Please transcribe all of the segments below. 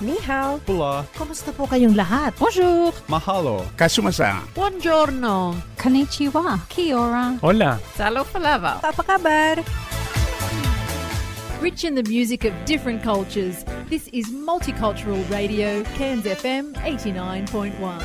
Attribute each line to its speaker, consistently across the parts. Speaker 1: Ni hao.
Speaker 2: Pula.
Speaker 3: Kumusta po kayong lahat?
Speaker 1: Bonjour.
Speaker 2: Mahalo.
Speaker 4: Kasumasa.
Speaker 1: Buongiorno.
Speaker 5: Konnichiwa. Kia ora.
Speaker 6: Hola.
Speaker 7: Salo palava.
Speaker 1: Apa kabar?
Speaker 7: Rich in the music of different cultures, this is Multicultural Radio, Cairns FM 89.1.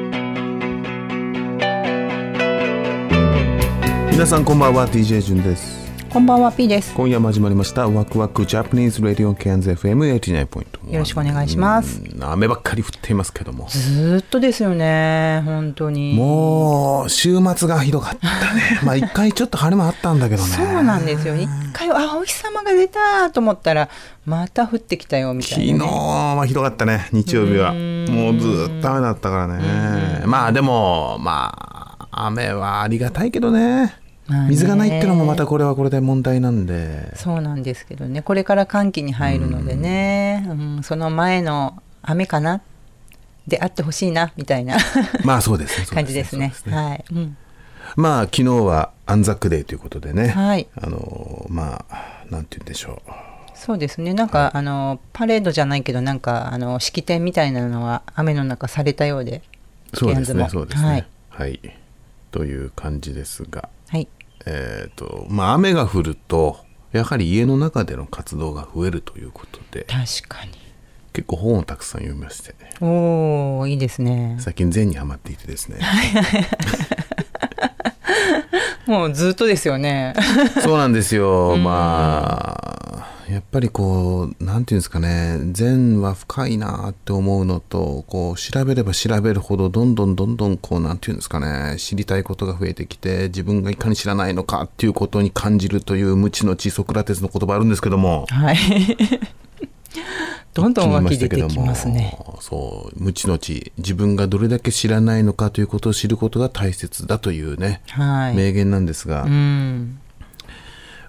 Speaker 8: 皆さんこんばんは DJ 順です
Speaker 9: こんばんは P です。
Speaker 8: 今夜も始まりましたワクワクジャパニーズ・ラディオン・ケンズ FM89.1
Speaker 9: よろしくお願いします
Speaker 8: うん雨ばっかり降っていますけども
Speaker 9: ずーっとですよね、本当に。
Speaker 8: もう週末がひどかったね まあ一回ちょっと晴れもあったんだけどね
Speaker 9: そうなんですよ。一回、あ、お日様が出たと思ったら、また降ってきたよ、みた
Speaker 8: 昨
Speaker 9: い
Speaker 8: 日
Speaker 9: な、ね。
Speaker 8: はひどかったね日曜日はもうずーっと雨だったからねまあでもまあ雨はありがたいけどね
Speaker 9: まあね
Speaker 8: 水がないってのもまたこれはこれで問題なんで
Speaker 9: そうなんですけどね、これから寒気に入るのでね、うんその前の雨かなであってほしいな、みたいな
Speaker 8: まあそうですねそう
Speaker 9: 感じですね。
Speaker 8: そう
Speaker 9: はい、うん。
Speaker 8: まあ昨日はアンザックデーということでね、
Speaker 9: はい
Speaker 8: あのまあなんて言うんでしょう
Speaker 9: そうですね、なんか、あの、パレードじゃないけど、なんか、あの、式典みたいなのは雨の中されたようで。
Speaker 8: そうで
Speaker 9: ケ
Speaker 8: す
Speaker 9: ア
Speaker 8: ね
Speaker 9: ンズ
Speaker 8: そ
Speaker 9: も
Speaker 8: うですね
Speaker 9: は
Speaker 8: はい
Speaker 9: い、
Speaker 8: という感じですが
Speaker 9: はい。
Speaker 8: えっ、とまあ雨が降るとやはり家の中での活動が増えるということで
Speaker 9: 確かに。
Speaker 8: 結構本をたくさん読みまして
Speaker 9: おおいいですね。
Speaker 8: 最近禅にはまっていてですね
Speaker 9: もうずっとですよね。
Speaker 8: そうなんですよまあやっぱりこうなんていうんですかね禅は深いなって思うのとこう調べれば調べるほどどんどんどんどんこうなんていうんですかね知りたいことが増えてきて自分がいかに知らないのかっていうことに感じるという無知の知ソクラテスの言葉あるんですけども
Speaker 9: はい。どんどん湧き出てきますね。
Speaker 8: そう無知の知自分がどれだけ知らないのかということを知ることが大切だというね、
Speaker 9: はい。
Speaker 8: 名言なんですが、
Speaker 9: うん。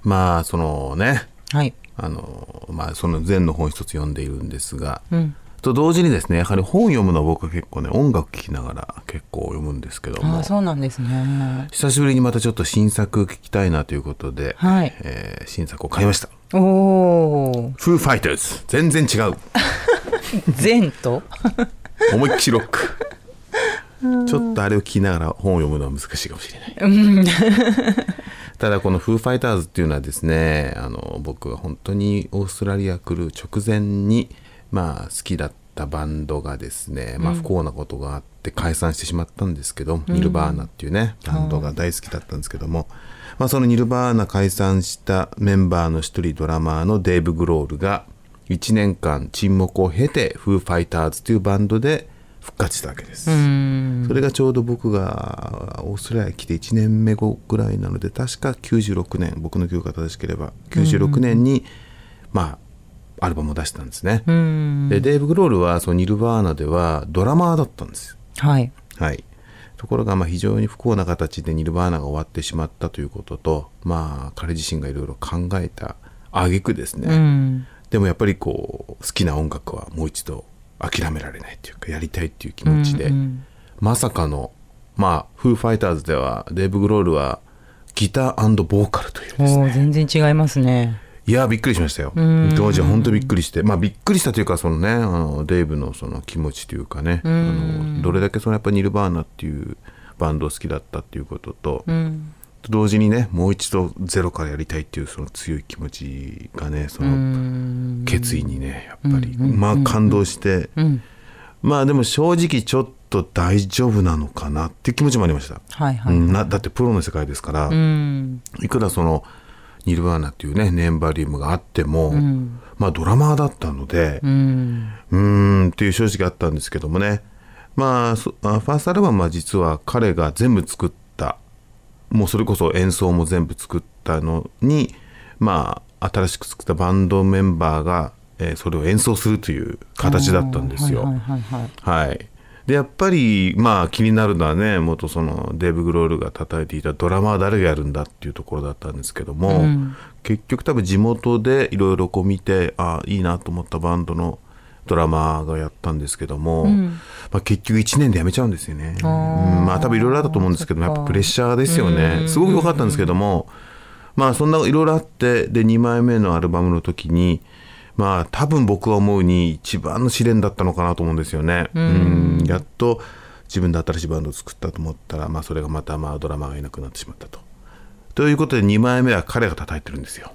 Speaker 8: まあそのね
Speaker 9: はい。
Speaker 8: あのまあその禅の本一つ読んでいるんですが、
Speaker 9: うん。
Speaker 8: と同時にですねやはり本読むのは僕は結構ね音楽聴きながら結構読むんですけど
Speaker 9: あ
Speaker 8: も
Speaker 9: あ、そうなんですね。
Speaker 8: 久しぶりにまたちょっと新作聞きたいなということで、
Speaker 9: はい
Speaker 8: えー新作を買いました
Speaker 9: おお
Speaker 8: 「フーファイターズ」全然違う
Speaker 9: 善と
Speaker 8: 思いっきりロッ クちょっとあれを聞きながら本を読むのは難しいかもしれないただこの「フーファイターズ」っていうのはですねあの僕が本当にオーストラリア来る直前にまあ好きだったバンドがですね、まあ、不幸なことがあって解散してしまったんですけど、ニルバーナっていうねバンドが大好きだったんですけども、まあ、そのニルバーナ解散したメンバーの一人ドラマーのデーブ・グロールが1年間沈黙を経てフーファイターズというバンドで復活したわけです。それがちょうど僕がオーストラリアに来て1年目後ぐらいなので確か96年僕の記憶が正しければ96年に、まあアルバムを出したんですね。でデーブ・グロールはそのニルバーナではドラマーだったんですよ。
Speaker 9: はい。
Speaker 8: はい、ところがまあ非常に不幸な形でニルバーナが終わってしまったということと、まあ、彼自身がいろいろ考えた挙句ですね、
Speaker 9: うん。
Speaker 8: でもやっぱりこう好きな音楽はもう一度諦められないというかやりたいっていう気持ちで、まさかのまあフーファイターズではデーブ・グロールはギターボーカルという
Speaker 9: お
Speaker 8: です
Speaker 9: お
Speaker 8: ね
Speaker 9: 全然違いますね。
Speaker 8: いやびっくりしましたよ当時は本当びっくりしてまあびっくりしたというかそのねあのデーブのその気持ちというかねあのどれだけそのやっぱニルバーナっていうバンド好きだったっていうことと、
Speaker 9: うん。
Speaker 8: 同時にねもう一度ゼロからやりたいっていうその強い気持ちがねその決意にねやっぱりまあ感動して
Speaker 9: ん
Speaker 8: まあでも正直ちょっと大丈夫なのかなっていう気持ちもありました、
Speaker 9: はいは
Speaker 8: う
Speaker 9: い。
Speaker 8: んなだってプロの世界ですから、
Speaker 9: うん。
Speaker 8: いくらそのニルバーナっていうねネンバリウムがあっても、まあドラマーだったので、
Speaker 9: うん。
Speaker 8: うーんっていう正直あったんですけどもねまあそあファーストアルバムは実は彼が全部作ったもうそれこそ演奏も全部作ったのにまあ新しく作ったバンドメンバーが、ええーそれを演奏するという形だったんですよ。
Speaker 9: はいはいはいはい
Speaker 8: はい、でやっぱりまあ気になるのはね元そのデーブ・グロールが叩いていたドラマは誰がやるんだっていうところだったんですけども、結局多分地元でいろいろこう見てあいいなと思ったバンドのドラマーがやったんですけども、まあ、結局1年でやめちゃうんですよね。うんまあ多分いろいろあったと思うんですけどもやっぱプレッシャーですよね。すごく良かったんですけども、まあそんないろいろあってで2枚目のアルバムの時にまあ多分僕は思うに一番の試練だったのかなと思うんですよね。うんやっと自分で新しいバンドを作ったと思ったら、まあ、それがまたまあドラマーがいなくなってしまったと。ということで2枚目は彼が叩いてるんですよ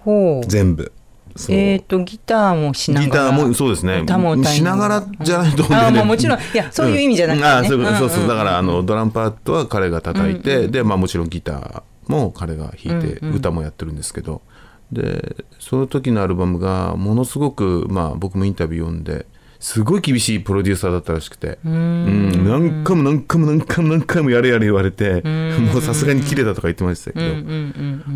Speaker 9: ほう
Speaker 8: 全部。そう
Speaker 9: えっ、とギターもしな
Speaker 8: ギ
Speaker 9: が
Speaker 8: タ
Speaker 9: ら
Speaker 8: ーもそうですね
Speaker 9: 歌も歌い
Speaker 8: しながらじゃないと思うんだよ
Speaker 9: あ
Speaker 8: ね
Speaker 9: まあもちろんいやそういう意味じゃなくてね
Speaker 8: うんあそういうことそうそううんだからあのドラムパートは彼が叩いて、でまあもちろんギターも彼が弾いて、歌もやってるんですけどでその時のアルバムがものすごくまあ僕もインタビュー読んですごい厳しいプロデューサーだったらしくてうん何回も何回も何回も何回もやれやれ言われてもうさすがに切れたとか言ってましたけど、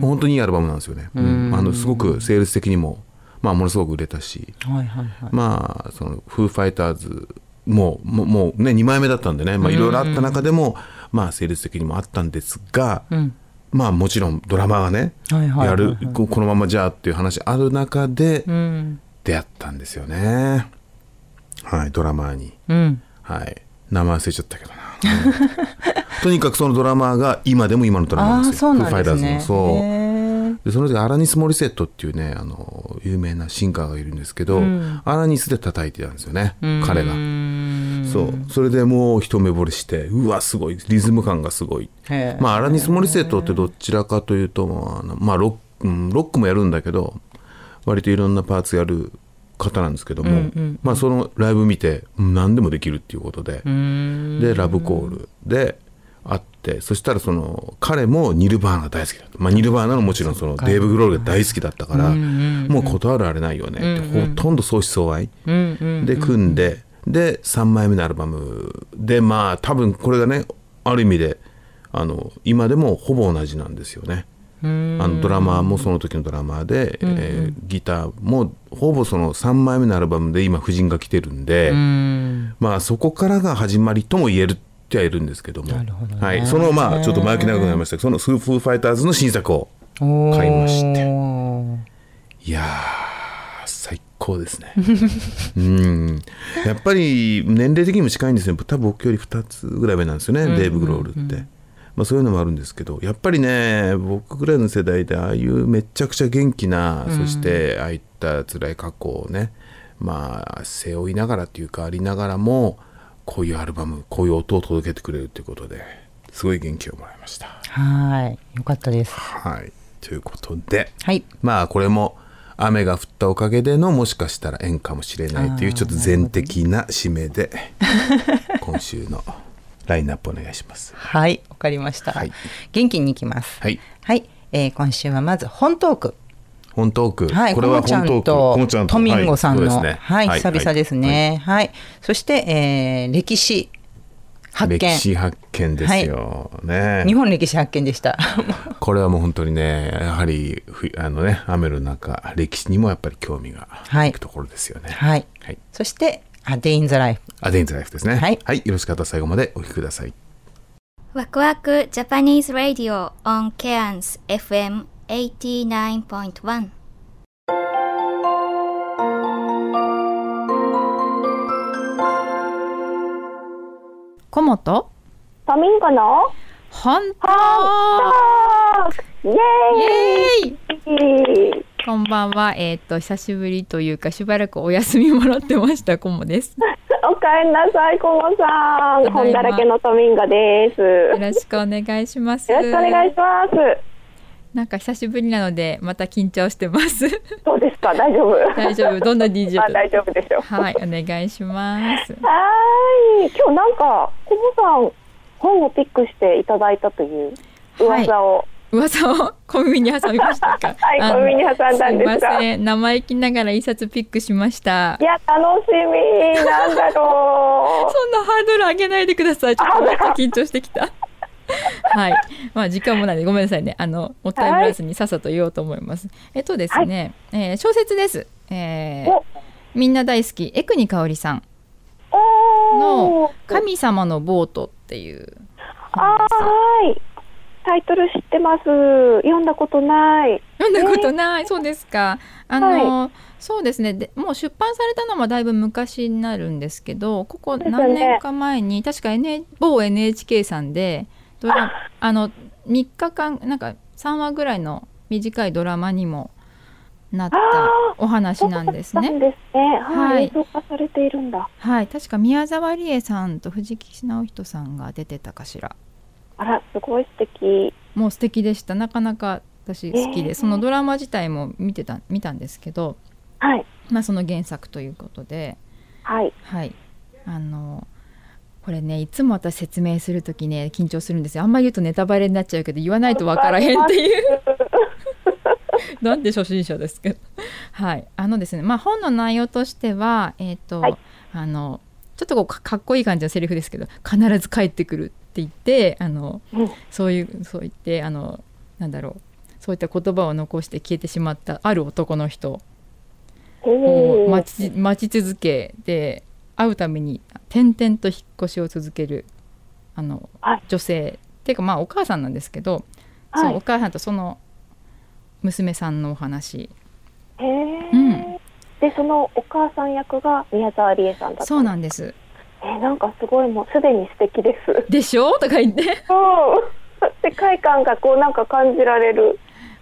Speaker 8: 本当にいいアルバムなんですよね、うんあのすごくセールス的にも、まあ、ものすごく売れたし、
Speaker 9: はいはいはい
Speaker 8: まあそのフーファイターズももうもうね2枚目だったんでねまあいろいろあった中でも、まあ成立的にもあったんですが、まあもちろんドラマがね、
Speaker 9: はいはいはいはい
Speaker 8: やるここのままじゃあっていう話ある中で出会ったんですよね、はいドラマーに、
Speaker 9: うん
Speaker 8: はい名前忘れちゃった けどなとにかくそのドラマーが今でも今のドラマ
Speaker 9: あ
Speaker 8: ーなん
Speaker 9: あ
Speaker 8: ですよ
Speaker 9: そうなんですね
Speaker 8: フーファイターズのそう
Speaker 9: へえ
Speaker 8: でその時アラニス・モリセットっていうねあの有名なシンガーがいるんですけど、アラニスで叩いてたんですよね彼がそうそれでもう一目惚れしてうわすごいリズム感がすごい
Speaker 9: へえ
Speaker 8: まあアラニス・モリセットってどちらかというとまああのまあロック、うんロックもやるんだけど割といろんなパーツやる方なんですけども、まあそのライブ見てうん何でもできるっていうことででラブコールで会ってそしたらその彼もニルバーナが大好きだった、まあ、ニルバーナのもちろんそのデーブ・グロールが大好きだったからもう断られないよねって、ほとんど相思相愛、で組んでで3枚目のアルバムでまあ多分これがねある意味であの今でもほぼ同じなんですよね。あのドラマーもその時のドラマーで、えーギターもほぼその3枚目のアルバムで今夫人が来てるんで、まあそこからが始まりとも言えるってはいるんですけどもはい、そのまあちょっと前置き長くなりましたけどその「スーフーファイターズ」の新作を買いまして
Speaker 9: お
Speaker 8: いやー最高です ねうんやっぱり年齢的にも近いんですよ多分僕より2つぐらい上なんですよね、デーブ・グロールって、まあ、そういうのもあるんですけどやっぱりね僕ぐらいの世代でああいうめちゃくちゃ元気な、そしてああいった辛い過去をねまあ背負いながらっていうかありながらもこういうアルバムこういう音を届けてくれるということですごい元気をもらいました。
Speaker 9: ーはいよかったです
Speaker 8: はいということで。
Speaker 9: はい
Speaker 8: まあこれも雨が降ったおかげでのもしかしたら縁かもしれないというちょっと全的な締め で今週のラインナップお願いします。
Speaker 9: はいわかりました、
Speaker 8: はい
Speaker 9: 元気にいきます
Speaker 8: はい、
Speaker 9: はいえー今週はまず本トーク
Speaker 8: 本トーク、
Speaker 9: はい、
Speaker 8: これ
Speaker 9: コ
Speaker 8: は
Speaker 9: モちゃ
Speaker 8: 本
Speaker 9: ん
Speaker 8: トーク
Speaker 9: と
Speaker 8: コモちゃんと
Speaker 9: トミンゴさんの、
Speaker 8: はい
Speaker 9: は
Speaker 8: そ
Speaker 9: い
Speaker 8: うで
Speaker 9: 久
Speaker 8: すね
Speaker 9: 々ですね。はい、そして、えー歴史
Speaker 8: はい
Speaker 9: 発見
Speaker 8: 歴史発見ですよ、ね
Speaker 9: 日本歴史発見 でした。
Speaker 8: これはもう本当にねやはりふあのね雨の中歴史にもやっぱり興味が
Speaker 9: はい
Speaker 8: いくところですよね
Speaker 9: はい、
Speaker 8: はい、
Speaker 9: そしてアデインザライフ。
Speaker 8: アデインズライフですね
Speaker 9: はい
Speaker 8: はい、よろしかったら最後までお聞きください
Speaker 1: ワクワクジャパニーズ・ラディオ on Cairns FM89.1
Speaker 2: コモと
Speaker 3: フミンゴの
Speaker 2: 本当
Speaker 3: 本トークイ
Speaker 2: イエーイ
Speaker 3: エーイ
Speaker 2: こんばんは、えーっと久しぶりというかしばらくお休みもらってましたコモです。
Speaker 3: おかえりなさい、コモさ
Speaker 2: ただい
Speaker 3: ん。
Speaker 2: ま
Speaker 3: 本だらけのトミンゴです。
Speaker 2: よ
Speaker 3: よ
Speaker 2: ろしくお願いします。
Speaker 3: ろしくお願いします。
Speaker 2: なんか久しぶりなのでまた緊張してます。
Speaker 3: どうですか、大丈夫
Speaker 2: 大丈夫どんな DJ だ
Speaker 3: あ大丈夫ですよ。
Speaker 2: はいお願いします。
Speaker 3: はーい。今日なんか、コモさん、本をピックしていただいたという噂を。
Speaker 2: 噂を小耳に挟みましたか。
Speaker 3: はい
Speaker 2: あの
Speaker 3: 小耳に挟んだんですが
Speaker 2: いません生意気ながら一冊ピックしました
Speaker 3: い、。や、楽しみ。なんだ ろ
Speaker 2: そんなハードル上げないでください。ちょっとなんか緊張してきた。 はい。まあ時間もないのでごめんなさいね。あのもったいぶらずにさっさと言おうと思います。えっとですね、えー小説です。えー
Speaker 3: お
Speaker 2: みんな大好き江国香織さん
Speaker 3: お
Speaker 2: の
Speaker 3: ー
Speaker 2: 「神様のボート」っていう本
Speaker 3: あ
Speaker 2: です
Speaker 3: ーはい。タイトル知ってます。読んだことない。
Speaker 2: 読んだことない、そうですかあの、そうですねでもう出版されたのはだいぶ昔になるんですけどここ
Speaker 3: ですよね
Speaker 2: 何年か前に、確か、N、某 NHK さんでドラあの3日間なんか3話ぐらいの短いドラマにもなった
Speaker 3: あ
Speaker 2: お話なんです
Speaker 3: そうだったん
Speaker 2: ね。
Speaker 3: ですね。はい。
Speaker 2: はい
Speaker 3: 映像化されているんだ。
Speaker 2: はい、確か宮沢りえさんと藤木直人さんが出てたかしら。
Speaker 3: あら、すごい素敵。
Speaker 2: もう素敵でした。なかなか私好きで、
Speaker 3: えー
Speaker 2: そのドラマ自体も見てた見たんですけど、
Speaker 3: はい。
Speaker 2: まあその原作ということで、
Speaker 3: はい。
Speaker 2: はい、あのこれねいつも私説明する時ね緊張するんですよあんまり言うとネタバレになっちゃうけど言わないと分からへんっていう なんで初心者ですけどはいあのですねまあ本の内容としてはえっ、と、
Speaker 3: はい
Speaker 2: あのちょっとこうかかっこいい感じのセリフですけど必ず帰ってくるって言ってあの、
Speaker 3: うん
Speaker 2: そういうそう言ってあのなんだろうそういった言葉を残して消えてしまったある男の人
Speaker 3: お
Speaker 2: を
Speaker 3: ー
Speaker 2: 待ち待ち続けで会うために転々と引っ越しを続けるあの、
Speaker 3: はい
Speaker 2: 女性っていうかまあお母さんなんですけど、
Speaker 3: はい
Speaker 2: そうお母さんとその娘さんのお話
Speaker 3: へえ、
Speaker 2: うん
Speaker 3: で、そのお母さん役が宮沢りえさんだった。
Speaker 2: そうなんです。
Speaker 3: えーなんかすごいもうすでに素敵です。
Speaker 2: でしょとか言って
Speaker 3: うん。世界観がこうなんか感じられる。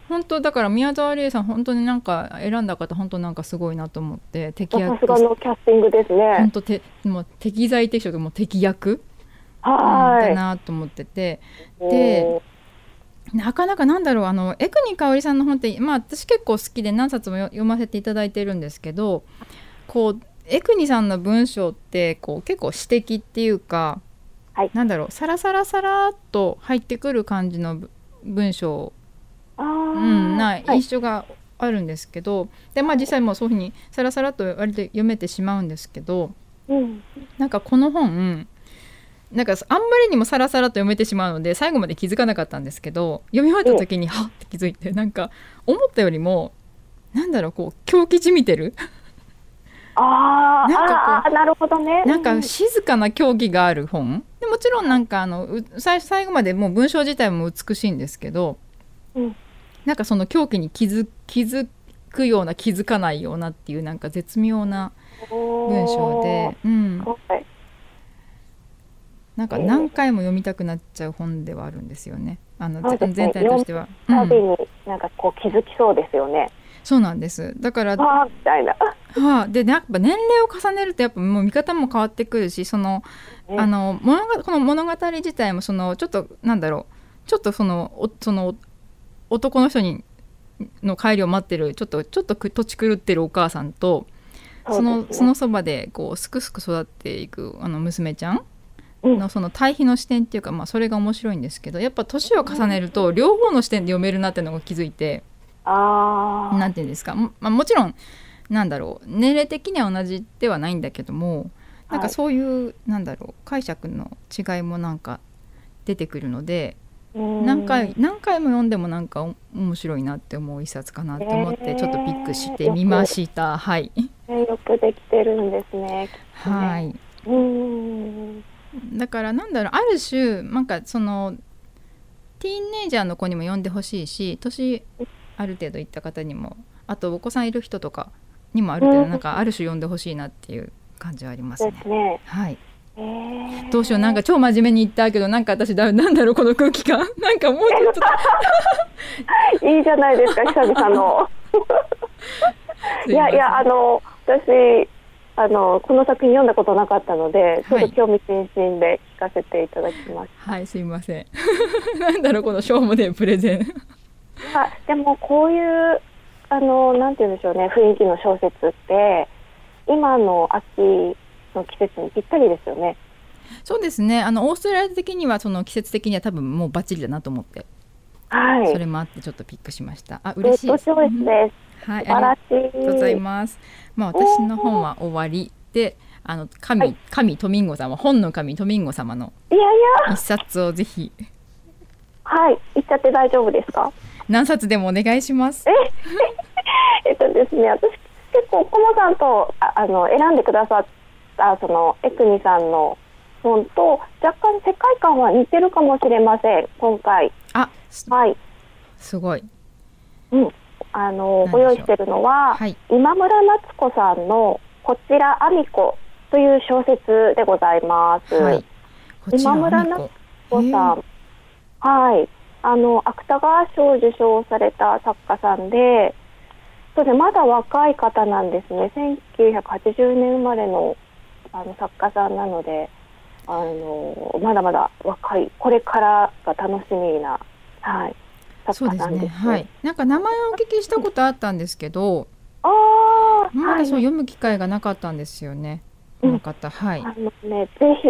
Speaker 2: 本当だから宮沢りえさん本当になんか選んだ方本当なんかすごいなと思って適
Speaker 3: さ
Speaker 2: 役
Speaker 3: すがのキャスティングです
Speaker 2: 本
Speaker 3: ね。
Speaker 2: 当てもう適材適所でもう適役、
Speaker 3: は
Speaker 2: うんだ
Speaker 3: ーい。
Speaker 2: なと思っててで
Speaker 3: おー
Speaker 2: なかなかなんだろうあの江国香織さんの本って、まあ、私結構好きで何冊もよ読ませていただいてるんですけどこう江国さんの文章ってこう結構詩的っていうか、
Speaker 3: はい
Speaker 2: なんだろうサラサラサラっと入ってくる感じのぶ文章、
Speaker 3: あ
Speaker 2: う
Speaker 3: ー
Speaker 2: ん、な
Speaker 3: はい
Speaker 2: 印象があるんですけど、でまあ実際もうそういうふうにサラサラっと割と読めてしまうんですけど
Speaker 3: うん。
Speaker 2: なんかこの本なんかあんまりにもさらさらと読めてしまうので最後まで気づかなかったんですけど読み終わった時にはっって気づいてなんか思ったよりもなんだろうこう狂気じみてる
Speaker 3: あー
Speaker 2: なんか
Speaker 3: あー、なるほどね。
Speaker 2: なん
Speaker 3: う
Speaker 2: か静かな狂気がある本でもちろんなんかあのう最最後までもう文章自体も美しいんですけど、
Speaker 3: うん
Speaker 2: なんかその狂気に気づ気づくような気づかないようなっていうなんか絶妙な文
Speaker 3: 文
Speaker 2: 章で、うん
Speaker 3: す、ごい
Speaker 2: なんか
Speaker 3: えー
Speaker 2: 何回も読みたくなっちゃう本ではあるんですよね。あの
Speaker 3: そうです
Speaker 2: 全全
Speaker 3: ね
Speaker 2: 体としては、う
Speaker 3: 旅
Speaker 2: ん、
Speaker 3: になんかこう気づきそうですよね。
Speaker 2: そうなんです。だからは
Speaker 3: わあみたいな。
Speaker 2: あでやっぱ年齢を重ねるとやっぱもう見方も変わってくるし、その
Speaker 3: ね
Speaker 2: あの物がこの物語自体もそのちょっとなんだろうちょっとそのおその男の人にの帰りを待ってるちょっとちょっとく土地狂ってるお母さんとそのそのそばでこうすくすく育っていくあの娘ちゃん
Speaker 3: うん
Speaker 2: のその対比の視点っていうか、まあ、それが面白いんですけどやっぱ年を重ねると両方の視点で読めるなっていうのが気づいて
Speaker 3: ああ
Speaker 2: 何て言うんですか、もまあ、もちろんなんだろう年齢的には同じではないんだけどもなん
Speaker 3: は
Speaker 2: か
Speaker 3: い
Speaker 2: そういう、なんだろう解釈の違いもなんか出てくるので何回何回も読んでもなんかお面白いなって思う一冊かなと思って、
Speaker 3: えー
Speaker 2: ちょっとピックしてみました。はい、
Speaker 3: よくできてるんですね。
Speaker 2: はい
Speaker 3: きっとねうーん。
Speaker 2: だからなんだろうある種なんかそのティーンネイジャーの子にも読んでほしいし年ある程度いった方にもあとお子さんいる人とかにもある程
Speaker 3: う
Speaker 2: 度
Speaker 3: ん
Speaker 2: なんかある種読んでほしいなっていう感じはあります
Speaker 3: で
Speaker 2: ね。
Speaker 3: すね。
Speaker 2: はい、
Speaker 3: えー
Speaker 2: どうしようなんか超真面目に言ったけどなんか私だなんだろうこの空気感なんかもうちょっと
Speaker 3: いいじゃないですか久々の。いやいやあの私あのこの作品読んだことなかったのでちょっと興味津々で聞かせていただきまし
Speaker 2: はいすいませんなん だろうこのしょうもねえプレゼン
Speaker 3: た。あでもこういうあのなんて言うんでしょうね雰囲気の小説って今の秋の季節にぴったりですよね。
Speaker 2: そうですねあのオーストラリア的にはその季節的には多分もうバッチリだなと思って
Speaker 3: はい。
Speaker 2: それもあってちょっとピックしました。あ、嬉しい
Speaker 3: ベ
Speaker 2: で
Speaker 3: ス
Speaker 2: す。
Speaker 3: トチョイスです。
Speaker 2: はい、
Speaker 3: 素晴
Speaker 2: あ
Speaker 3: ら
Speaker 2: り
Speaker 3: し
Speaker 2: がとうござい
Speaker 3: い。
Speaker 2: ます。まあ私の本は終わりで、あの神、
Speaker 3: はい
Speaker 2: 神トミンゴ様、本の神トミンゴ様の
Speaker 3: いやいや、
Speaker 2: 一冊をぜひ
Speaker 3: はい、言っちゃって大丈夫ですか。
Speaker 2: 何冊でもお願いします。
Speaker 3: えっとですね、私結構コモさんとああの選んでくださったそのエクニさんの本と若干世界観は似てるかもしれません今回
Speaker 2: あ
Speaker 3: はい、
Speaker 2: すごい
Speaker 3: うん、あ
Speaker 2: 何
Speaker 3: の
Speaker 2: でしょう
Speaker 3: ご用意してるのは、
Speaker 2: はい
Speaker 3: 今村夏子さんの「こちらあみ子」という小説でございます。
Speaker 2: はいこちら
Speaker 3: 今村
Speaker 2: あみ
Speaker 3: 夏
Speaker 2: こ
Speaker 3: 子さん、はい、あの芥川賞を受賞された作家さんで、そうですねまだ若い方なんですね。1980年生まれのあの作家さんなので、あのまだまだ若い、これからが楽しみな、はい、
Speaker 2: そ
Speaker 3: 作
Speaker 2: う
Speaker 3: 家
Speaker 2: で
Speaker 3: さ
Speaker 2: す
Speaker 3: んです、
Speaker 2: ねはい。なんか名前をお聞きしたことあったんですけど
Speaker 3: ああ、
Speaker 2: ま
Speaker 3: は
Speaker 2: だ
Speaker 3: い
Speaker 2: そう読む機会がなかったんですよねこの方はい
Speaker 3: あのね、ぜひ、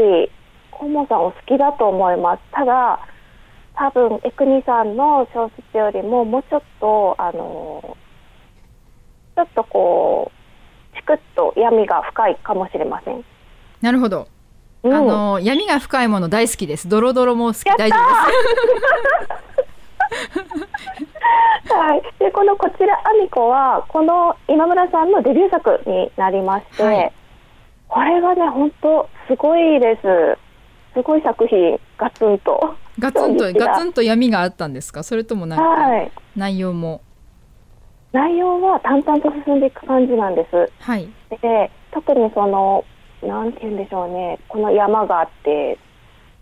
Speaker 3: コモさんお好きだと思います。ただ、多分、エクニさんの小説よりも、もうちょっと、あのちょっとこう、チクッと闇が深いかもしれません。
Speaker 2: なるほど
Speaker 3: うん、
Speaker 2: あの闇が深いもの大好きです。ドロドロも好き
Speaker 3: やったー
Speaker 2: 大丈夫で
Speaker 3: はい。で、このこちら、アミコは、この今村さんのデビュー作になりまして、
Speaker 2: はい
Speaker 3: これがね、本当すごいです。すごい作品、ガツンと。
Speaker 2: す。ガツン
Speaker 3: そう
Speaker 2: と
Speaker 3: ですが
Speaker 2: ガツンと闇があったんですか。それともなん
Speaker 3: は
Speaker 2: か
Speaker 3: い。
Speaker 2: 内容も
Speaker 3: 内容は淡々と進んでいく感じなんです。
Speaker 2: はい
Speaker 3: で特にそのなんて言うんでしょうねこの山があって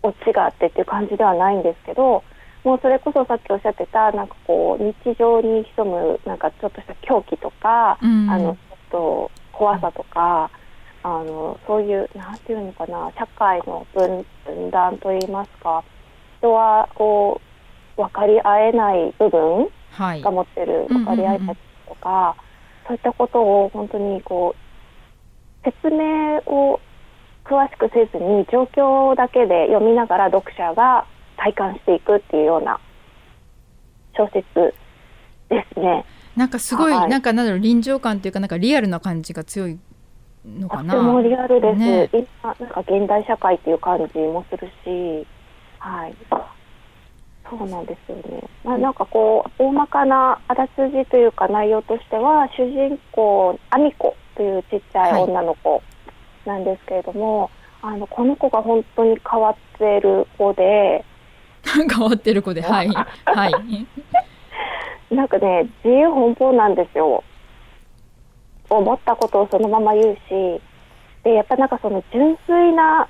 Speaker 3: 落ちがあってっていう感じではないんですけどもうそれこそさっきおっしゃってたなんかこう日常に潜むなんかちょっとした狂気とか、
Speaker 2: うん
Speaker 3: あのちょっと怖さとか、あのそういうなんていうのかな社会の分分断といいますか人はこう分かり合えない部分
Speaker 2: はい
Speaker 3: が持ってる分かり合いたちとか、そういったことを本当にこう説明を詳しくせずに状況だけで読みながら読者が体感していくっていうような小説ですね。
Speaker 2: なんかすごい
Speaker 3: はい
Speaker 2: なんかなんだろう臨場感というかなんかリアルな感じが強いの
Speaker 3: と
Speaker 2: か
Speaker 3: て
Speaker 2: な。
Speaker 3: もリアルです、
Speaker 2: ね
Speaker 3: 今なんか現代社会っていう感じもするし、はい、そうなんですよね。まあ、なんかこう大まかなあらすじというか内容としては主人公アミコというちっちゃい女の子なんですけれども、あのこの子が本当に変わってる子で、
Speaker 2: 変わってる子ではいはい。
Speaker 3: なんかね自由奔放なんですよ。思ったことをそのまま言うし、でやっぱなんかその純粋な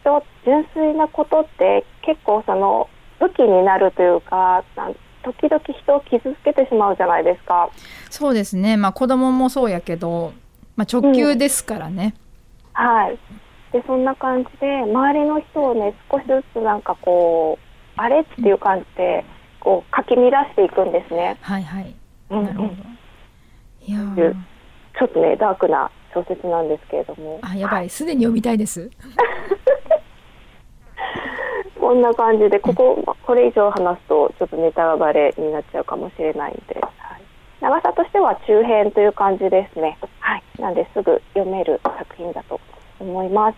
Speaker 3: 人純粋なことって結構その武器になるというか、なん時々人を傷つけてしまうじゃないですか。
Speaker 2: そうですね。まあ子供もそうやけど、まあ直球ですからね。
Speaker 3: はい。でそんな感じで周りの人をね少しずつなんかこうあれっていう感じでこうかき乱していくんですね。
Speaker 2: はいはい。
Speaker 3: うん
Speaker 2: なる
Speaker 3: う
Speaker 2: ほど
Speaker 3: ん。
Speaker 2: いやー
Speaker 3: でちょっとねダークな小説なんですけれども。
Speaker 2: あやばいすでに読みたいです。
Speaker 3: こんな感じで、ここ、まこれ以上話すと、ちょっとネタバレになっちゃうかもしれないんで、はい長さとしては中編という感じですね。はい。なんで、すぐ読める作品だと思います。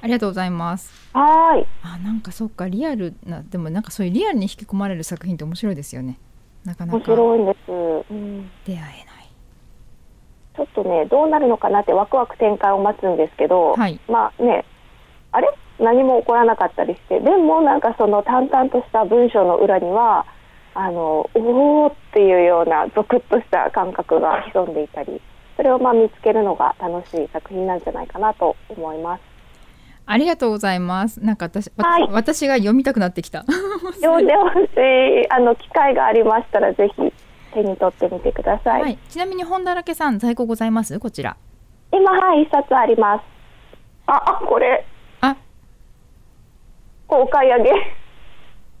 Speaker 2: ありがとうございます。
Speaker 3: はーい。
Speaker 2: あなんかそっかリアルなでもなんかそういうリアルに引き込まれる作品って面白いですよねなかな
Speaker 3: 面
Speaker 2: か
Speaker 3: 白いんです。うん
Speaker 2: 出会えない
Speaker 3: ちょっとね、どうなるのかなってワクワク展開を待つんですけど、
Speaker 2: はい
Speaker 3: まあね、あれ何も起こらなかったりして、でもなんかその淡々とした文章の裏には、あの、おーっていうようなゾクッとした感覚が潜んでいたり、それをまあ見つけるのが楽しい作品なんじゃないかなと思 います。
Speaker 2: ありがとうございますなんか私、わ
Speaker 3: はい
Speaker 2: 私が読みたくなってきた
Speaker 3: 読んでほしい、あの、機会がありましたらぜひ手に取ってみてください。
Speaker 2: はいちなみに本だらけさん在庫ございますこちら
Speaker 3: 今、はい、一冊あります。あ、あこれ、
Speaker 2: あ
Speaker 3: これお買い上げ。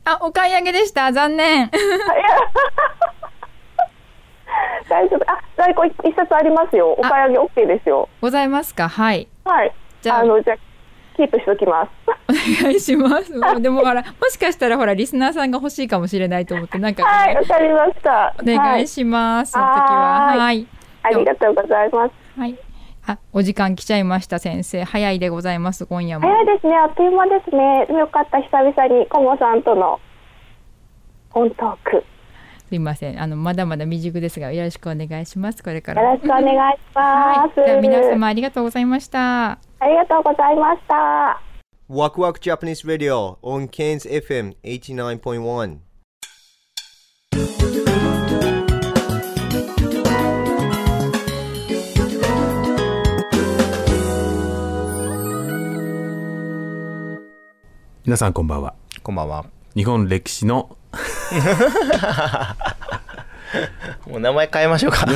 Speaker 2: あお買い上げでした残念
Speaker 3: 大丈夫。あ、在庫一冊ありますよ。お買い上げ OK ですよ。
Speaker 2: ございますかはい
Speaker 3: はい。
Speaker 2: じゃあ
Speaker 3: あの、じゃあキープしときます。
Speaker 2: お願いします でもほらもしかしたらほらリスナーさんが欲しいかもしれないと思ってなんか、
Speaker 3: はい、わかりました。
Speaker 2: お願い
Speaker 3: す。
Speaker 2: します、その時は
Speaker 3: はーい
Speaker 2: はい
Speaker 3: ありがとうございます。
Speaker 2: はいあお時間来ちゃいました先生早いでございます今夜も
Speaker 3: 早いですね。あっという間ですね。でもよかった。久々にコモさんとのオントーク。
Speaker 2: とすいませんあのまだまだ未熟ですがよろしくお願いしますこれから
Speaker 3: よろしくお願いします、
Speaker 2: では皆様ありがとうございました
Speaker 3: ありがとうございました。
Speaker 4: Waku Waku Japanese Radio on Cairns FM 89.1.
Speaker 8: 皆さんこんばんは
Speaker 4: こんばんは。
Speaker 8: 日本歴史の
Speaker 4: もう名前変えましょうか。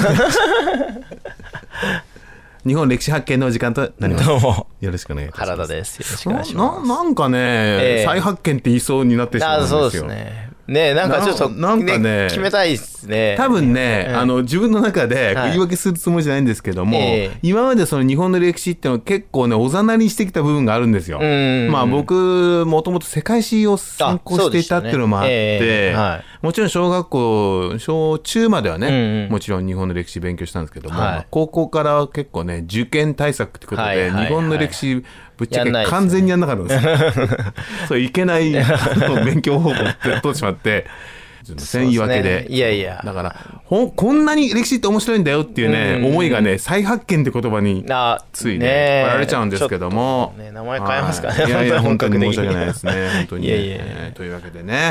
Speaker 8: 日本歴史発見のお時間となります
Speaker 4: どうも、
Speaker 8: よろしくお願いいたします
Speaker 4: 原田です。よろしくお
Speaker 8: な
Speaker 4: 願いしま
Speaker 8: ななんかね、
Speaker 4: ええ
Speaker 8: 再発見って言いそうになってし
Speaker 4: す。
Speaker 8: まうん
Speaker 4: あ、
Speaker 8: ですよ
Speaker 4: そうですね。ねえなんかちょっと、
Speaker 8: ななんかね
Speaker 4: 決めたいですね。
Speaker 8: 多分ね、
Speaker 4: ええ
Speaker 8: あの自分の中で
Speaker 4: はい
Speaker 8: 言い訳するつもりじゃないんですけども、
Speaker 4: ええ
Speaker 8: 今までその日本の歴史っていうのは結構ねおざなりにしてきた部分があるんですよ。
Speaker 4: うん
Speaker 8: まあ僕もともと世界史を専攻していたっていうのもあ
Speaker 4: あ
Speaker 8: っ
Speaker 4: そうでしてたねええはい
Speaker 8: もちろん小学校小中まではね、
Speaker 4: うんうん
Speaker 8: もちろん日本の歴史勉強したんですけども、
Speaker 4: はい
Speaker 8: まあ高校からは結構ね受験対策ってことで、
Speaker 4: はいはいはい
Speaker 8: 日本の歴史ぶっちゃけ
Speaker 4: やんないですね
Speaker 8: 完全にやんなかったんですよ。 そういけないあの勉強方法って取ってしまって。
Speaker 4: そう
Speaker 8: 先
Speaker 4: ですね
Speaker 8: 言い訳で
Speaker 4: いやいや
Speaker 8: だからほんこんなに歴史って面白いんだよっていうね、
Speaker 4: うん
Speaker 8: 思いがね再発見って言葉に
Speaker 4: あ
Speaker 8: ついね
Speaker 4: ねえ
Speaker 8: 割られちゃうんですけども、
Speaker 4: ちょっとね名前変えますかね
Speaker 8: はいいやいや本
Speaker 4: 本
Speaker 8: 当
Speaker 4: 格的
Speaker 8: に
Speaker 4: に
Speaker 8: 申し訳な いですね本当にね
Speaker 4: いやいやいや
Speaker 8: えーというわけで
Speaker 4: は
Speaker 8: ね、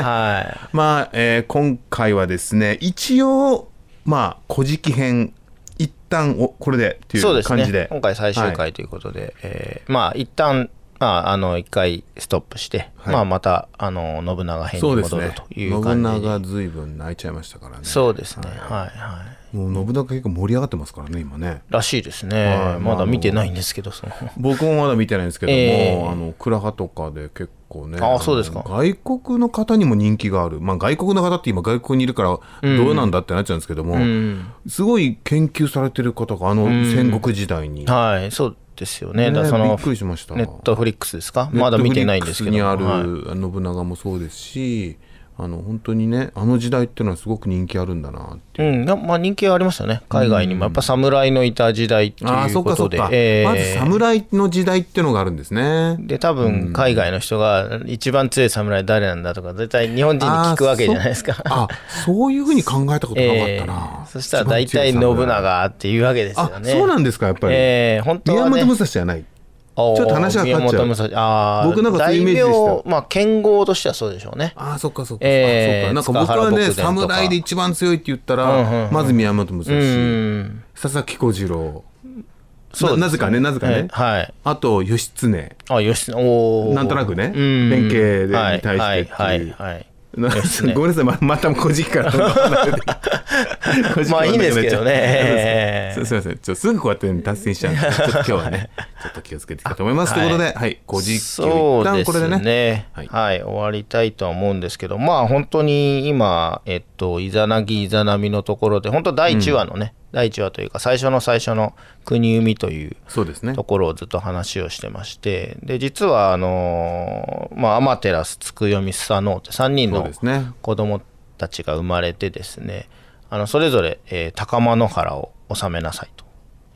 Speaker 4: い。
Speaker 8: まあ、えー今回はですね一応まあ「古事記編」一旦おこれでってい
Speaker 4: そう
Speaker 8: う
Speaker 4: です
Speaker 8: 感じで
Speaker 4: ね、今回最終
Speaker 8: はい
Speaker 4: 回ということで、えーまあ一旦まああの一回ストップして、
Speaker 8: はい
Speaker 4: まあまたあの信長編
Speaker 8: そ
Speaker 4: に
Speaker 8: うで
Speaker 4: 戻
Speaker 8: す
Speaker 4: る
Speaker 8: ね
Speaker 4: という
Speaker 8: 信
Speaker 4: 感じで
Speaker 8: 長ずいぶん泣いちゃいましたからね
Speaker 4: そうですねはいはい
Speaker 8: もう信長結構盛り上がってますからね今ね
Speaker 4: らしいですね、
Speaker 8: はい
Speaker 4: まだ見てないんですけどその
Speaker 8: 僕もまだ見てないんですけど も、
Speaker 4: ええ
Speaker 8: あのクラハとかで結構ね
Speaker 4: あそうですか
Speaker 8: あの外国の方にも人気がある、まあ、外国の方って今外国にいるからどうなんだってなっちゃうんですけども、
Speaker 4: うん
Speaker 8: すごい研究されてる方があの
Speaker 4: ん
Speaker 8: 戦国時代に、
Speaker 4: はいそうですよね
Speaker 8: ね
Speaker 4: だからそ
Speaker 8: び
Speaker 4: の
Speaker 8: っくりしました
Speaker 4: ネットフリックスですかまだ見てないんですけど
Speaker 8: ネットフリッ
Speaker 4: はい
Speaker 8: クスにある信長もそうですし、あの本当にねあの時代っていうのはすごく人気あるんだなって
Speaker 4: う
Speaker 8: いう、
Speaker 4: ん、なまあ人気はありましたよね海外にもやっぱ侍のいた時代って
Speaker 8: ああ
Speaker 4: い
Speaker 8: そうっか
Speaker 4: こ
Speaker 8: そっ
Speaker 4: とで
Speaker 8: か、
Speaker 4: えー
Speaker 8: まず侍の時代っていうのがあるんですね
Speaker 4: で多分海外の人が一番強い侍誰なんだとか絶対日本人に聞くわけじゃないですか。
Speaker 8: あそういうふうに考えたことなかった
Speaker 4: え
Speaker 8: な
Speaker 4: え。 そしたら大体信長っていうわけですよ
Speaker 8: あ、
Speaker 4: ね。
Speaker 8: そうなんですか、やっぱり。
Speaker 4: ええ本当
Speaker 8: 宮
Speaker 4: は、ね、
Speaker 8: 本武蔵じゃない。
Speaker 4: おー
Speaker 8: ちょっと話が変わっちゃ
Speaker 4: 宮本
Speaker 8: う
Speaker 4: 武蔵あー
Speaker 8: 僕なんかそういうイメージでした
Speaker 4: 大名まあ剣豪としてはそうでしょうね。
Speaker 8: あそっかそっか。
Speaker 4: ええ
Speaker 8: あそっかなんか僕
Speaker 4: 塚原
Speaker 8: はね、
Speaker 4: 牧伝とか
Speaker 8: 侍で一番強いって言った
Speaker 4: うんうん
Speaker 8: ら
Speaker 4: う、ん
Speaker 8: まず宮本武
Speaker 4: う
Speaker 8: 蔵、
Speaker 4: ん。
Speaker 8: 佐々木小次郎。
Speaker 4: そうです
Speaker 8: ななぜかね、なぜか
Speaker 4: ええ。
Speaker 8: ね
Speaker 4: はい。
Speaker 8: あと、義経。
Speaker 4: あ、吉おー
Speaker 8: なんとなくね
Speaker 4: うん
Speaker 8: 弁慶でに対して
Speaker 4: はい
Speaker 8: っていう
Speaker 4: はいはいはい。
Speaker 8: な
Speaker 4: 義経
Speaker 8: ごめんなさい、ままた古事記からどんどん離れて。古事記
Speaker 4: まあいいんですけどね
Speaker 8: 話になっちゃう
Speaker 4: ええ
Speaker 8: そうすみません、ちょすぐこうやって脱線しちゃうんで、ちょっと今日 はね、ちょっと気をつけていきたいと思います。と
Speaker 4: はいいう
Speaker 8: ことで、はい、古事記を
Speaker 4: そ
Speaker 8: 一
Speaker 4: うで
Speaker 8: 旦これ
Speaker 4: す
Speaker 8: でね。
Speaker 4: ね。
Speaker 8: は
Speaker 4: はいい、終わりたいとは思うんですけど、まあ本当に今、えっと、イザナギ、イザナミのところで、本当第1話のね、第1話というか、最初の最初の国生みという
Speaker 8: そうですね
Speaker 4: と。ころをずっと話をしてまして、で、実は、あのーまあ、アマテラス、つくよみ、スサノーって3人
Speaker 8: そう
Speaker 4: の
Speaker 8: ですね。
Speaker 4: 子供たちが生まれてですね、あのそれぞれ、えー高間野原を治めなさいと。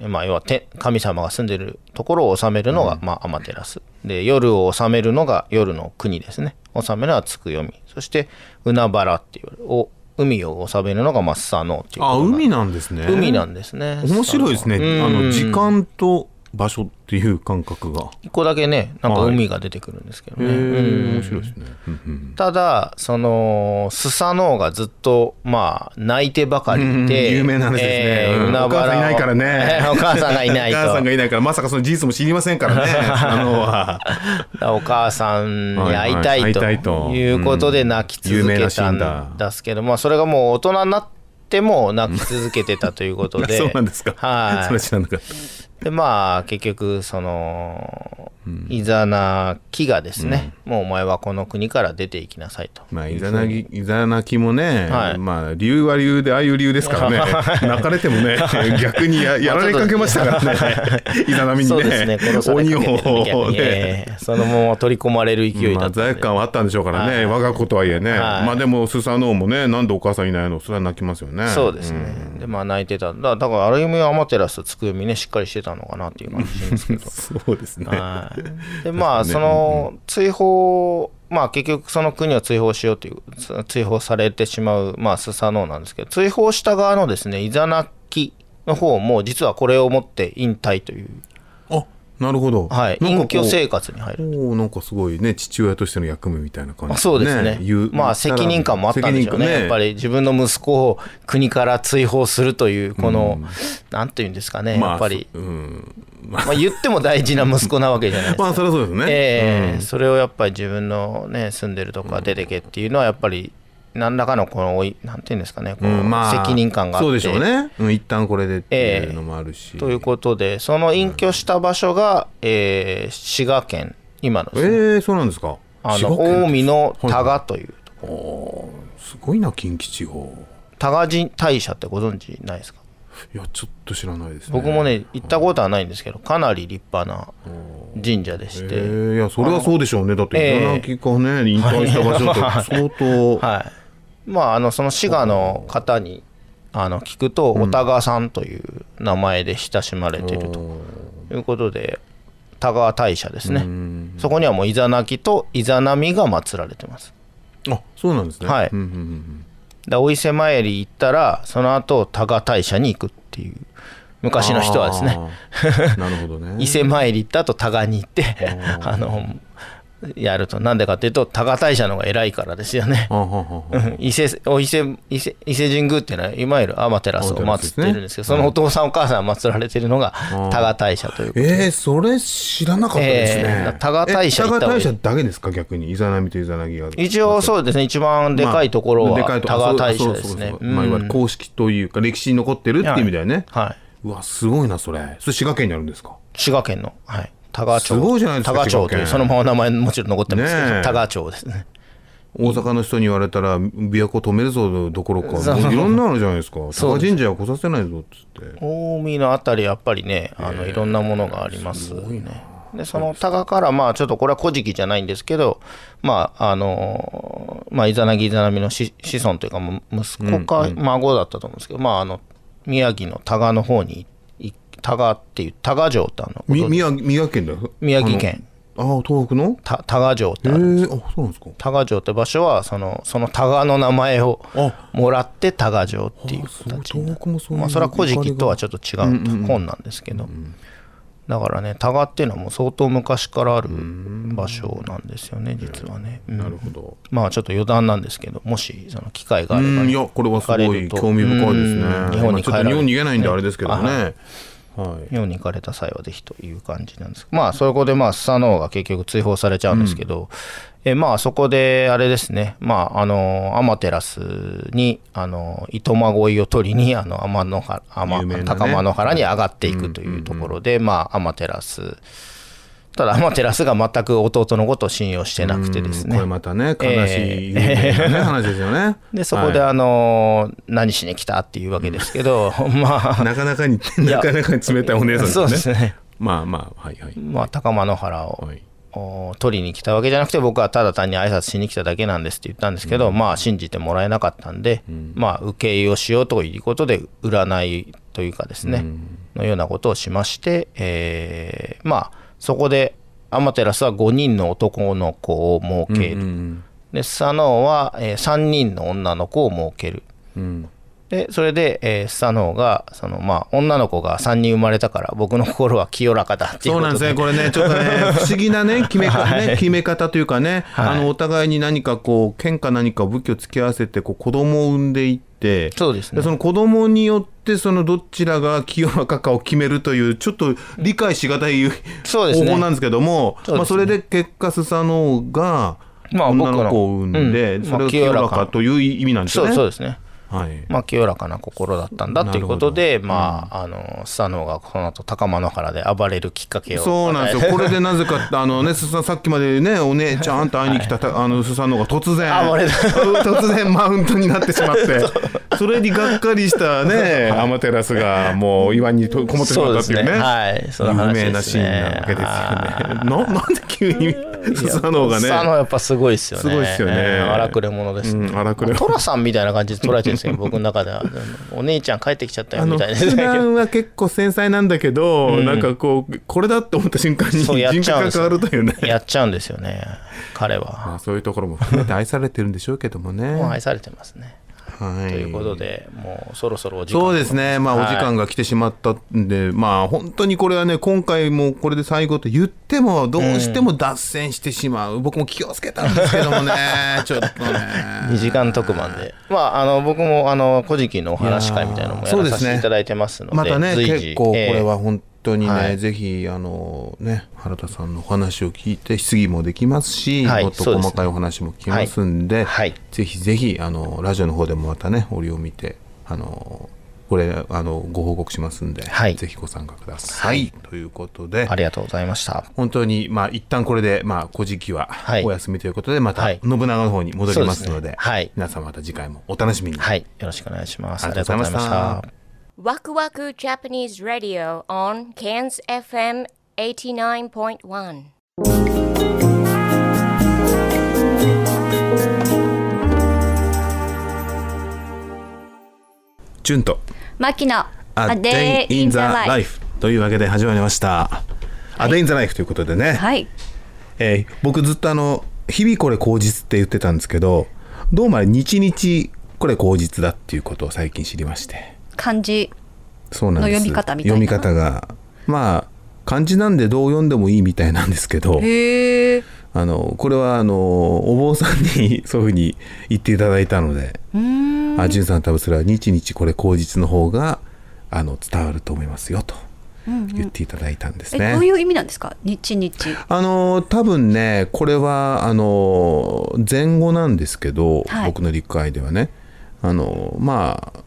Speaker 4: えまあ、要は天神様が住んでるところを治めるのが、まあ、アマテラスで夜を治めるのが夜の国ですね治めるのはつくよみそして海原っていうを海を治めるのがまあスサノオっていう
Speaker 8: あ、海
Speaker 4: な
Speaker 8: なんですね。
Speaker 4: 海なんですね
Speaker 8: 面白いですね。
Speaker 4: うん
Speaker 8: あの時間と場所っていう感覚が。
Speaker 4: 一個だけねなんか
Speaker 8: はい
Speaker 4: 海が出てくるんですけど
Speaker 8: へ
Speaker 4: ね、
Speaker 8: え、
Speaker 4: うん
Speaker 8: 面白いですね。うんうん
Speaker 4: ただそのスサノオがずっとまあ泣いてばかりで、
Speaker 8: 有名な話ですね。
Speaker 4: えー
Speaker 8: うん
Speaker 4: 海原
Speaker 8: お
Speaker 4: を
Speaker 8: 母さんいないからね
Speaker 4: 。お母さんがいないと
Speaker 8: お母さんがいないから、まさかその事実も知りません からね。あのは。
Speaker 4: お母さんに会いた
Speaker 8: はいはい
Speaker 4: い
Speaker 8: 会いたいと
Speaker 4: ということで泣き続けた
Speaker 8: うん有名なシーン
Speaker 4: ん
Speaker 8: だ
Speaker 4: ですけど、まあ、それがもう大人になっても泣き続けてたということで
Speaker 8: そうなんですか。
Speaker 4: はい
Speaker 8: それ知らなかった。
Speaker 4: でまあ結局その、イザナキがですね、もうお前はこの国から出ていきなさいと。
Speaker 8: まあ、イザナギ、イザナキもね、
Speaker 4: はい
Speaker 8: まあ、理由は理由で、ああいう理由です からね。泣かれてもね、逆にややられかけました からね。イザナミに
Speaker 4: そうですね、
Speaker 8: ね
Speaker 4: 殺、され
Speaker 8: 鬼
Speaker 4: かけてるみたい
Speaker 8: を
Speaker 4: に
Speaker 8: ね
Speaker 4: え。えそのまま取り込まれる勢い
Speaker 8: ま
Speaker 4: だ
Speaker 8: あ、
Speaker 4: ったん
Speaker 8: 罪
Speaker 4: で
Speaker 8: 悪感はあったんでしょうからね、
Speaker 4: はい
Speaker 8: 我が子とはいえね、
Speaker 4: はい
Speaker 8: まあでもスサノオもねなんでお母さんいないのそれは泣きますよね
Speaker 4: そうですね、でまあ泣いてただだからある意味アマテラスとつくよみねしっかりしてたのかな っていう感じしますけど
Speaker 8: うんそうですね
Speaker 4: はい、でまあ
Speaker 8: ね
Speaker 4: その追放まあ、結局その国を追放しようという追放されてしまう、まあ、スサノオなんですけど追放した側のですねイザナキの方も実はこれをもって引退という
Speaker 8: あなるほど、
Speaker 4: はい、
Speaker 8: なん
Speaker 4: 隠
Speaker 8: かこう
Speaker 4: 居生活に入る
Speaker 8: おーなんかすごいね父親としての役目みたいな感じ、
Speaker 4: あそうですね
Speaker 8: 言う
Speaker 4: まあ責任感もあったんでしょうねやっぱり自分の息子を国から追放するというこの、なんていうんですかね、
Speaker 8: まあ
Speaker 4: やっぱり、
Speaker 8: そうん
Speaker 4: まあ、言っても大事な息子なわけじゃないですか
Speaker 8: まあそりゃそうですね、
Speaker 4: ええ
Speaker 8: うん
Speaker 4: それをやっぱり自分のね住んでるとこから出てけっていうのはやっぱり何らかのこのおいなんていうんですかねこ
Speaker 8: う
Speaker 4: の
Speaker 8: んまあ
Speaker 4: 責任感があって、
Speaker 8: そうでしょうね、うん、一旦これでって
Speaker 4: ええ
Speaker 8: いうのもあるし、
Speaker 4: ということでその隠居した場所が、ええ滋賀県今のですね、
Speaker 8: ええそうなんですか
Speaker 4: あ
Speaker 8: 滋賀
Speaker 4: の
Speaker 8: 県
Speaker 4: 近江の多賀というとこ
Speaker 8: すごいな近畿地方
Speaker 4: 多賀神大社ってご存知ないですか
Speaker 8: いやちょっと知らないですね
Speaker 4: 僕もね行ったことはないんですけどかなり立派な神社でし
Speaker 8: え
Speaker 4: て、
Speaker 8: えいやそれはそうでしょうねだって
Speaker 4: ええ
Speaker 8: 茨城かね引退した場所って
Speaker 4: はい
Speaker 8: 相当、
Speaker 4: はいまあ、あのその滋賀の方にあの聞くとおたがさんという名前で親しまれているということで田川大社ですねそこにはもうイザナギとイザナミが祀られてます
Speaker 8: あそうなんですね
Speaker 4: はい
Speaker 8: うんうんうん
Speaker 4: だお伊勢参り行ったらその後多賀大社に行くっていう昔の人はですね
Speaker 8: あーなるほどね
Speaker 4: 伊勢参り行った後多賀に行ってあのやるとなんでかっていうと多賀大社の方が偉いからですよね
Speaker 8: あははは
Speaker 4: うん伊勢お伊勢伊勢伊勢神宮っていうのは、いわゆる天照を祀ってるんですけど、そのお父さん、お母さんが祀られてるのが
Speaker 8: うん
Speaker 4: 多賀大社という、
Speaker 8: ええそれ知らなかったですね。
Speaker 4: ええ多賀大社
Speaker 8: え多
Speaker 4: 行
Speaker 8: 賀
Speaker 4: った方がい
Speaker 8: 大
Speaker 4: い
Speaker 8: 社だけですか逆にイザナミとイザナギが。
Speaker 4: 一応そうですね、一番でかいところ
Speaker 8: まあでか
Speaker 4: はい
Speaker 8: と
Speaker 4: 多賀大社ですね
Speaker 8: あそうそうそう。そう
Speaker 4: うん
Speaker 8: まあいわゆる公式というか歴史に残ってるっていう意味だよね。
Speaker 4: は
Speaker 8: うわすごいなそれ。それ滋賀県にあるんですか。
Speaker 4: い、滋賀県の、はい、多賀町、
Speaker 8: すごいじゃないですか
Speaker 4: 多賀
Speaker 8: 滋賀
Speaker 4: 町と
Speaker 8: 県
Speaker 4: いう、そのまま名前、もちろん残ってますけど、
Speaker 8: ねえ
Speaker 4: 多賀町ですね。
Speaker 8: 大阪の人に言われたら琵琶湖止めるぞどころか
Speaker 4: そう
Speaker 8: もういろんなのじゃないですか。
Speaker 4: そ
Speaker 8: 多賀
Speaker 4: うです
Speaker 8: 神社は来させないぞっつって。
Speaker 4: 近江のあたり、やっぱりね、あのいろんなものがありますね。でその多賀から、まあ、ちょっとこれは古事記じゃないんですけど、まああのまあ、イザナギイザナミの子子孫というか、む息子か孫だったと思うんですけど、まあ、あの宮城の多賀の方に、い多賀っていう、多賀城ってあの、
Speaker 8: み宮宮城県だよ。
Speaker 4: 宮城県、
Speaker 8: あの。ああ東北の。
Speaker 4: た多賀城って
Speaker 8: ええ
Speaker 4: ある、
Speaker 8: あそうなんですか。
Speaker 4: 多賀城って場所はその、その多賀の名前を
Speaker 8: あ
Speaker 4: もらって多賀城っていう
Speaker 8: あすごい
Speaker 4: 形になる
Speaker 8: 東北もそういう。
Speaker 4: まあ、それは古事記とはち
Speaker 8: ょ
Speaker 4: ょっと違う本なんですけど、だからね多賀っていうのはもう相当昔からある場所なんですよね実はね、うん
Speaker 8: なるほど。
Speaker 4: まあちょっと余談なんですけどもしその機会があれば
Speaker 8: う
Speaker 4: ね、
Speaker 8: んいやこれはすごい興味深いですね
Speaker 4: うん。日本に帰
Speaker 8: まあ
Speaker 4: ら
Speaker 8: ちょっと
Speaker 4: れ
Speaker 8: 日本に逃げないんであれですけど
Speaker 4: あはい
Speaker 8: ね。はい。
Speaker 4: 日本に行かれた際はぜひという感じなんですまあそこでまあスサノオが結局追放されちゃうんですけど、えまあそこであれですねまああのアマテラスにあの糸まごいを取りにあの天の原天、
Speaker 8: 有名なね
Speaker 4: 高間の原に上がっていくというところで、まあアマテラスただアマテラスが全く弟のことを信用してなくてですね
Speaker 8: これまたね悲しい、ね 話ですよね。
Speaker 4: でそこで
Speaker 8: は
Speaker 4: あの何しに来たっていうわけですけど、 ま
Speaker 8: い
Speaker 4: あ
Speaker 8: なかなかになかなかに冷たいお姉さんです
Speaker 4: そ
Speaker 8: ね。
Speaker 4: うですね
Speaker 8: まあまあはいはい
Speaker 4: まあ高間の原を
Speaker 8: はい。
Speaker 4: お取りに来たわけじゃなくて僕はただ単に挨拶しに来ただけなんですって言ったんですけど、まあ信じてもらえなかったんで、まあ受け入れをしようということで占いというかですね、のようなことをしまして、えーまあそこでアマテラスは5人の男の子を設ける、
Speaker 8: うん
Speaker 4: でスサノオは、え3人の女の子を設ける
Speaker 8: うん
Speaker 4: でそれで、えースサノオがその、まあ、女の子が3人生まれたから僕の心は清らかだっていう
Speaker 8: そ
Speaker 4: こ
Speaker 8: う
Speaker 4: と
Speaker 8: なんですね、これね、ちょっとね、 不思議なね、決めか、ね、決め方というかね、
Speaker 4: はい
Speaker 8: あの、お互いに何かこう、剣か何か武器を付き合わせて、こう、子供を産んでいって、
Speaker 4: そうですね
Speaker 8: その子供によって、そのどちらが清らかかを決めるという、ちょっと理解しがたい
Speaker 4: そう
Speaker 8: 方
Speaker 4: ですね
Speaker 8: 法なんですけども、
Speaker 4: そうですね
Speaker 8: まあ、それで結果、スサノオが、
Speaker 4: まあ
Speaker 8: 女の子を産んで、
Speaker 4: 僕のうんま
Speaker 8: それを
Speaker 4: あ
Speaker 8: 清
Speaker 4: 清
Speaker 8: ら
Speaker 4: ら
Speaker 8: か
Speaker 4: か
Speaker 8: という意味なんです
Speaker 4: そ
Speaker 8: よね。
Speaker 4: うそうですね
Speaker 8: はい。
Speaker 4: まあ、清らかな心だったんだということで、まあ、あの、スサノオがこの後、高間の原で暴れるきっかけを。
Speaker 8: そうなんですよ。これでなぜか、あのね、すさ、さっきまでね、お姉ちゃんと会いに来た、たあの、すさのが突然、
Speaker 4: あ俺だ
Speaker 8: 突然マウントになってしまって、それにがっかりしたね、アマテラスがもう岩にとこもってしまったっていうね、
Speaker 4: そうですねはいその
Speaker 8: 有
Speaker 4: 話ですね
Speaker 8: 名なシーンなわけですよね。ななんで急に スサノオがね、
Speaker 4: サノやっぱすごいですよね。
Speaker 8: すごいですよね
Speaker 4: 荒くれ者です、
Speaker 8: うん荒くれ者
Speaker 4: トラさんみたいな感じで捉えてるんですよ、僕の中では。あのお姉ちゃん帰ってきちゃったよ
Speaker 8: あの
Speaker 4: みたいな。
Speaker 8: 普段は結構繊細なんだけど、
Speaker 4: うん
Speaker 8: なんかこうこれだって思った瞬間に
Speaker 4: そうやっ
Speaker 8: 人
Speaker 4: ちゃうん
Speaker 8: 格
Speaker 4: です
Speaker 8: が変
Speaker 4: よ
Speaker 8: わるというね。
Speaker 4: やっちゃうんですよね、彼は。
Speaker 8: まあそういうところも含めて愛されてるんでしょうけどもね。
Speaker 4: もう愛されてますね。
Speaker 8: はい、
Speaker 4: ということで、もうそろそろお時間
Speaker 8: そうですね、まあ、お
Speaker 4: はい
Speaker 8: 時間が来てしまったんで、まあ、本当にこれはね、今回もこれで最後と言っても、どうしても脱線してしまう、僕も気をつけたんですけどもね、 ちょっとね。
Speaker 4: 2時間特番で、まあ、あの僕もあの古事記のお話し会みたいなのもや
Speaker 8: そう
Speaker 4: ら
Speaker 8: で
Speaker 4: さ
Speaker 8: す
Speaker 4: せて
Speaker 8: ね
Speaker 4: いただいてますので、
Speaker 8: またね、
Speaker 4: 随時
Speaker 8: 結構これは
Speaker 4: え
Speaker 8: 本当にね、
Speaker 4: はい
Speaker 8: ぜひあの、ね、原田さんのお話を聞いて、質疑もできますし、
Speaker 4: はい
Speaker 8: もっと
Speaker 4: そうですね
Speaker 8: 細かいお話も聞きますんで、
Speaker 4: はい
Speaker 8: ぜひぜひあの、ラジオの方でもまたね、折を見て、あのこれあの、ご報告しますんで、
Speaker 4: はい
Speaker 8: ぜひご参加ください。
Speaker 4: はい
Speaker 8: ということで
Speaker 4: え、ありがとうございました。
Speaker 8: 本当に、まあ、一旦これで、まあ、古事記はいお休みということで、また、
Speaker 4: はい
Speaker 8: 信長の方に戻りますの
Speaker 4: そうです
Speaker 8: で、
Speaker 4: ねはい
Speaker 8: 皆さんまた次回もお楽しみに。
Speaker 4: はい、よろしくお願いします。
Speaker 8: ありがとうございまし
Speaker 4: あり
Speaker 8: た
Speaker 4: がとうございました
Speaker 6: Waku Waku Japanese Radio on Cairns FM 89.1.
Speaker 8: チュンと、
Speaker 1: 牧野
Speaker 8: A Day in the Life というわけで始まりました。A Day in the Life ということでね、
Speaker 10: はい。
Speaker 8: えー僕ずっとあの、日々これ口実って言ってたんですけど、どうもあれ、日々これ口実だっていうことを最近知りまして。
Speaker 10: 漢字。
Speaker 8: そうなんです
Speaker 10: の読み方みた
Speaker 8: 読
Speaker 10: いな
Speaker 8: み方がまあ漢字なんでどう読んでもいいみたいなんですけど
Speaker 10: へえ。
Speaker 8: あのこれはあのお坊さんに そういうふうに言っていただいたのであじゅんさん多分それは日々これ口実の方があの伝わると思いますよと
Speaker 10: うんう
Speaker 8: 言っ
Speaker 10: ん。
Speaker 8: ていただいたんですね。
Speaker 10: え、どういう意味なんですか。日日。
Speaker 8: あの多分ねこれはあの前後なんですけど、
Speaker 10: はい
Speaker 8: 僕の理解ではねあの、まあ、